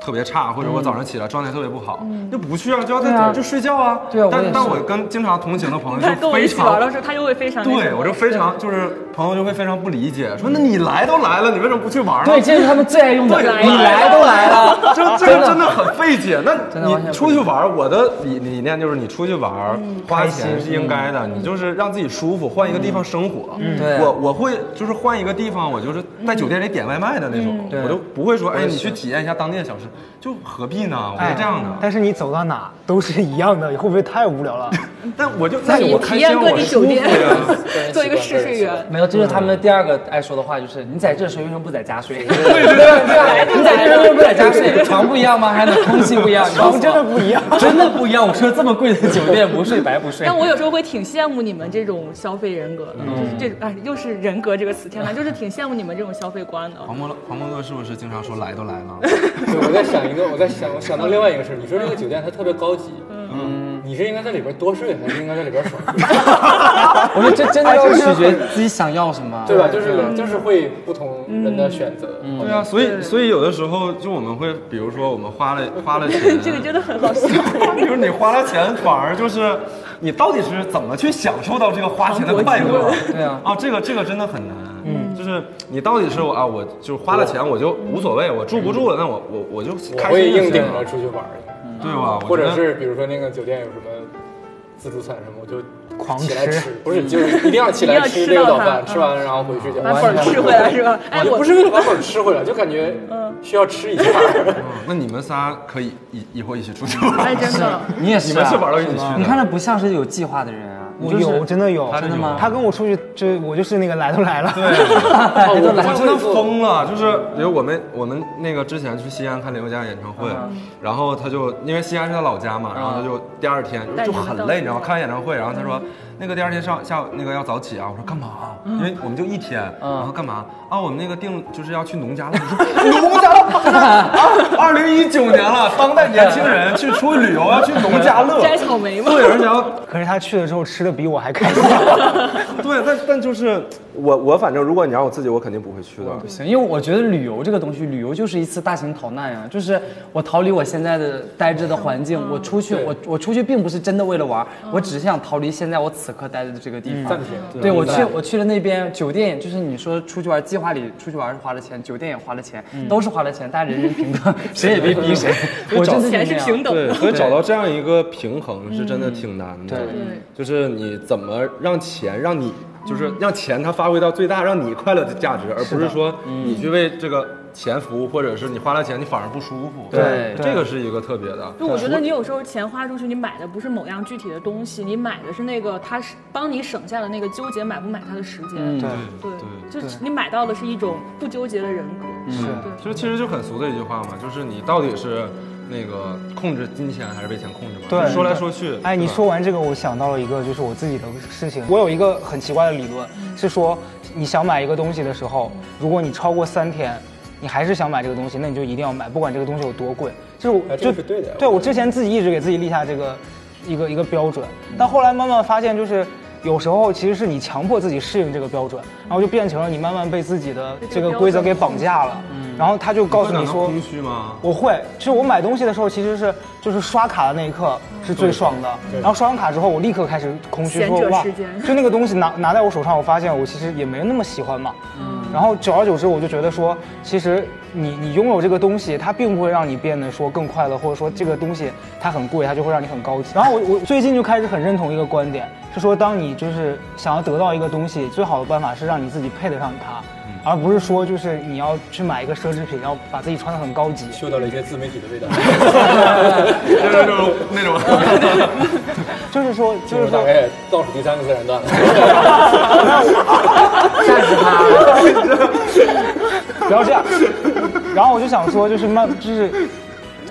D: 特别差，或者我早上起来状态特别不好，就不去啊，就要在、
H: 嗯对啊
D: 就睡觉啊。
H: 对啊我
D: 但
H: 也
D: 但
H: 是
D: 我跟经常同行的朋
I: 他
D: 友
I: 跟
D: 哎就
I: 我一
D: 非
I: 起玩
D: 常
I: 的时候，他就会非常那什
D: 对，
I: 么
D: 我就非常就是朋友就会非常不理解，说那你来都来了，你为什么不去玩呢？
H: 对，这是他们最爱用的，
D: 对
H: 你
D: 来了
H: 来都来了，
D: 这这个真的很费解。那
H: 真的完
D: 你
H: 全
D: 出去玩儿，我的理理念就是你出去玩儿，花钱是应该的，你就是让自己舒服，换一个地方生活。
H: 对
D: 我我会就是换一个地方，我就是在酒店里点外卖的那种，
H: 对
D: 我就不会说哎
H: 也
D: 你
H: 是
D: 去体验一下当地的小吃，就何必呢？我
F: 哎
D: 是这样的。
F: 但是你走到哪都是一样的，会不会太无聊了？
D: 但我就
I: 那
D: 但
I: 你
D: 我
I: 体
D: 开心
I: 验各
D: 我
I: 地
D: 舒
I: 酒
D: 服
I: 店
D: 呀。
I: 做一个试睡员。
H: 没有，这是他们的第二个爱说的话，就是你在这睡为什么不在家睡？对
D: 对
H: 对对，你在这睡为什么不在家睡？床不一样吗？还能空气不一样？
F: 床真的不一样。
H: 真的不一样。我说这么贵的酒店不睡白不睡
I: 但。我有时候会挺羡慕你们这种消费人格的，就是这种哎，又是人格这个词，天呐，就是挺羡慕你们这种消费观的。
D: 黄伯乐，黄伯乐是不是经常说来都来了？
G: 对，我在想一个，我在想，我想到另外一个事儿。你说这个酒店它特别高级，嗯，你是应该在里边多睡，还是应该在里边爽，
H: 我说这真的要取决自己想要什么。
G: 对吧？
I: 嗯
G: 就是就是会不同人的选择。
D: 对啊，所以所以有的时候就我们会，比如说我们花了花了钱，啊
I: 这个真的很好笑。
D: 就是你花了钱，反而就是你到底是怎么去享受到这个花钱的快乐？
H: 对啊
D: 啊，这个这个真的很难。嗯，就是你到底是我啊，我就是花了钱，我就无所谓，我住不住了，那我我我就
G: 我
D: 开
G: 会
D: 心就
G: 硬
D: 行
G: 顶着出去玩儿，
D: 对吧？
G: 或者
D: 我觉得
G: 是比如说那个酒店有什么自助餐什么，我就
F: 狂
G: 起来
F: 吃
G: 吃，嗯不是就是一定要 起
I: 一定
G: 来
I: 要
G: 吃
I: 吃
G: 这个
I: 到
G: 早
I: 它
G: 饭，
I: 嗯
G: 吃完了然后回睡觉。
I: 把本儿吃回来是吧？哎，
G: 我
I: 我
G: 不是为了把本儿吃回来，就感觉需要吃一下。
D: 嗯那你们仨可以以以后一起出去玩。
I: 哎，真的，
H: 你也是、啊，
D: 你们是玩到一起去的
H: 你看着不像是有计划的人啊，
F: 我
H: 你就是
F: 有，真的有，
D: 他真的有
F: 他跟我出去，就我就是那个来都来了。对，
G: 哦我
D: 我
G: 不
D: 真
G: 会
D: 的
G: 做。
D: 疯了，就是因为我们我们那个之前去西安看林宥嘉演唱会，然后他就因为西安是他老家嘛，然后他就第二天
I: 带
D: 就
I: 你们
D: 很
I: 到
D: 累，你知道吗？看完演唱会，然后他说那个第二天上下午那个要早起啊，我说干嘛？因为我们就一天，然后干嘛啊？我们那个定就是要去农家乐， 我说农家乐，二零一九年了，当代年轻人去出去旅游要去农家乐，
I: 摘草莓吗？
D: 对，而且要
F: 可是他去了之后吃的比我还开心。
D: 对，但但就是嗯我我反正如果你让我自己，我肯定不会去的。
H: 不行，因为我觉得旅游这个东西，旅游就是一次大型逃难呀、啊就是我逃离我现在的呆着的环境，我出
I: 嗯
H: 去，我我出去并不是真的为了玩，我只是想逃离现在我此刻待着的这个地方。
G: 暂停
H: 对我去，我去了那边酒店也，就是你说出去玩，计划里出去玩是花了钱，酒店也花了钱，
I: 嗯
H: 都是花了钱，大家人人平 等，谁也别逼谁。我真的
I: 钱是
H: 这样
I: 平等
D: 对，
I: 的。
D: 所以找到这样一个平衡是真的挺难的。
H: 对
D: 就是你怎么让钱让你，就是让钱它发挥到最大，让你快乐的价值，而不是说你去为这个钱服务，或者是你花了钱你反而不舒服。
H: 对
D: 这个是一个特别的。
I: 就我觉得你有时候钱花出去，你买的不是某样具体的东西，你买的是那个他是帮你省下的那个纠结买不买它的时间。
H: 嗯
F: 对，
I: 对，
D: 对
I: 就是你买到的是一种不纠结的人格。
F: 是
D: 就其实就很俗的一句话嘛，就是你到底是那个控制金钱还是被钱控制嘛？
F: 对
D: 就说来说去，
F: 哎，
D: 对
F: 你
D: 吧
F: 说完这个，我想到了一个，就是我自己的事情。我有一个很奇怪的理论，是说你想买一个东西的时候，如果你超过三天，你还是想买这个东西，那你就一定要买，不管这个东西有多贵。这是我
G: 哎这
F: 就
G: 个是对的
F: 对我之前自己一直给自己立下这个一个一个标准，但后来慢慢发现就是。有时候其实是你强迫自己适应这个标准，然后就变成了你慢慢被自己的这个规则给绑架了，然后他就告诉
D: 会感
F: 你
D: 到
F: 说，
D: 空虚吗？
F: 我会，其实我买东西的时候，其实是就是刷卡的那一刻是最爽的。然后刷完卡之后，我立刻开始空虚，
I: 闲
F: 说
I: 者
F: 哇
I: 时间，
F: 就那个东西拿拿在我手上，我发现我其实也没那么喜欢嘛。
I: 嗯
F: 然后久而久之，我就觉得说，其实你你拥有这个东西，它并不会让你变得说更快乐，或者说这个东西它很贵，它就会让你很高级。然后我我最近就开始很认同一个观点，是说当你就是想要得到一个东西，最好的办法是让你自己配得上它。而不是说就是你要去买一个奢侈品，要把自己穿得很高级，
G: 嗅到了一些自媒体的 味道。
D: 就是那种那 种，
F: 就是说，
G: 进
F: 就
G: 入
F: 是说
G: 大，概倒数第三个自然段了。
H: 战士他，
F: 不要这样。 然后我就想说，就是慢，就是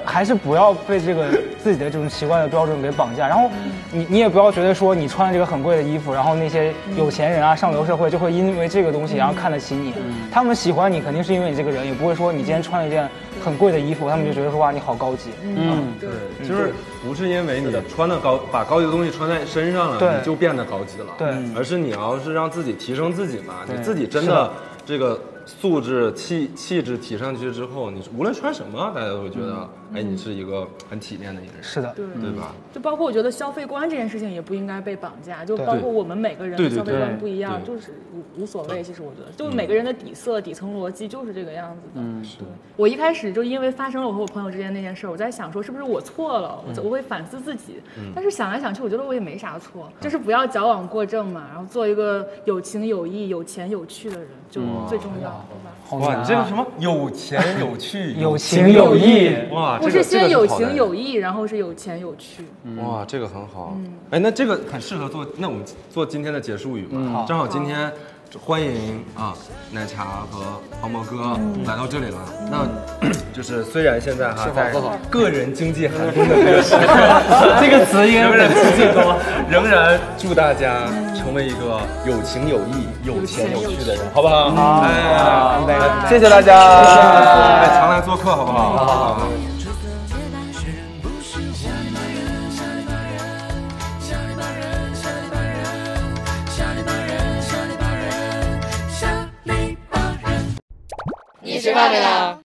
F: 还是不要被这个自己的这种奇怪的标准给绑架。然后你你也不要觉得说你穿这个很贵的衣服，然后那些有钱人啊、上流社会就会因为这个东西然后看得起你。他们喜欢你肯定是因为你这个人，也不会说你今天穿了一件很贵的衣服，他们就觉得说哇你好高级。
H: 嗯，
D: 对，就是不是因为你穿的高，把高级的东西穿在身上
F: 对
D: 了，你就变得高级了，
F: 对
D: 而是你要是让自己提升自己嘛，你
F: 对
D: 自己真
F: 是
D: 的
F: 的
D: 这个素质、气气质提上去之后，你无论穿什么，大家都会觉得，哎，你是一个很体面的一个人，
F: 嗯是的，
D: 对吧？
I: 就包括我觉得消费观这件事情也不应该被绑架，就包括我们每个人
D: 对
I: 的
D: 对
I: 消费
D: 对
I: 观不一样，
D: 对嗯
I: 就是无无所谓。其实我觉得，就是每个人的底色、底层逻辑就是这个样子的。嗯，对。我一开始就因为发生了我和我朋友之间那件事儿，我在想说是不是我错了，
D: 嗯
I: 我我会反思自己。但是想来想去，我觉得我也没啥
D: 嗯
I: 错，就是不要矫枉过正嘛，然后做一个有情有义、有钱有趣的人，就最重要，对吧？
F: 好
D: 哇，
F: 难
D: 你
F: 啊
D: 这个什么有钱有趣
F: 有情有义，
D: 哇，
I: 我
D: 这个
I: 是
D: 这
I: 先
D: 个
I: 有
D: 好的
I: 情有义，然后是有钱有趣。
D: 哇，这个很好。哎，那这个很适合做，那我们做今天的结束语嘛？嗯正好今天欢迎啊奶茶和黄渤哥来到这里了。那 就是虽然现在哈在个人经济寒冬的这 个时代，这个词应该仍然经济 多，仍然祝大家成为一个有情有义、有钱有趣的人，好不嗯好？哎，
G: 谢谢大家，
D: 哎，常来做客，好不好？好好好。
J: 你吃饭没啦？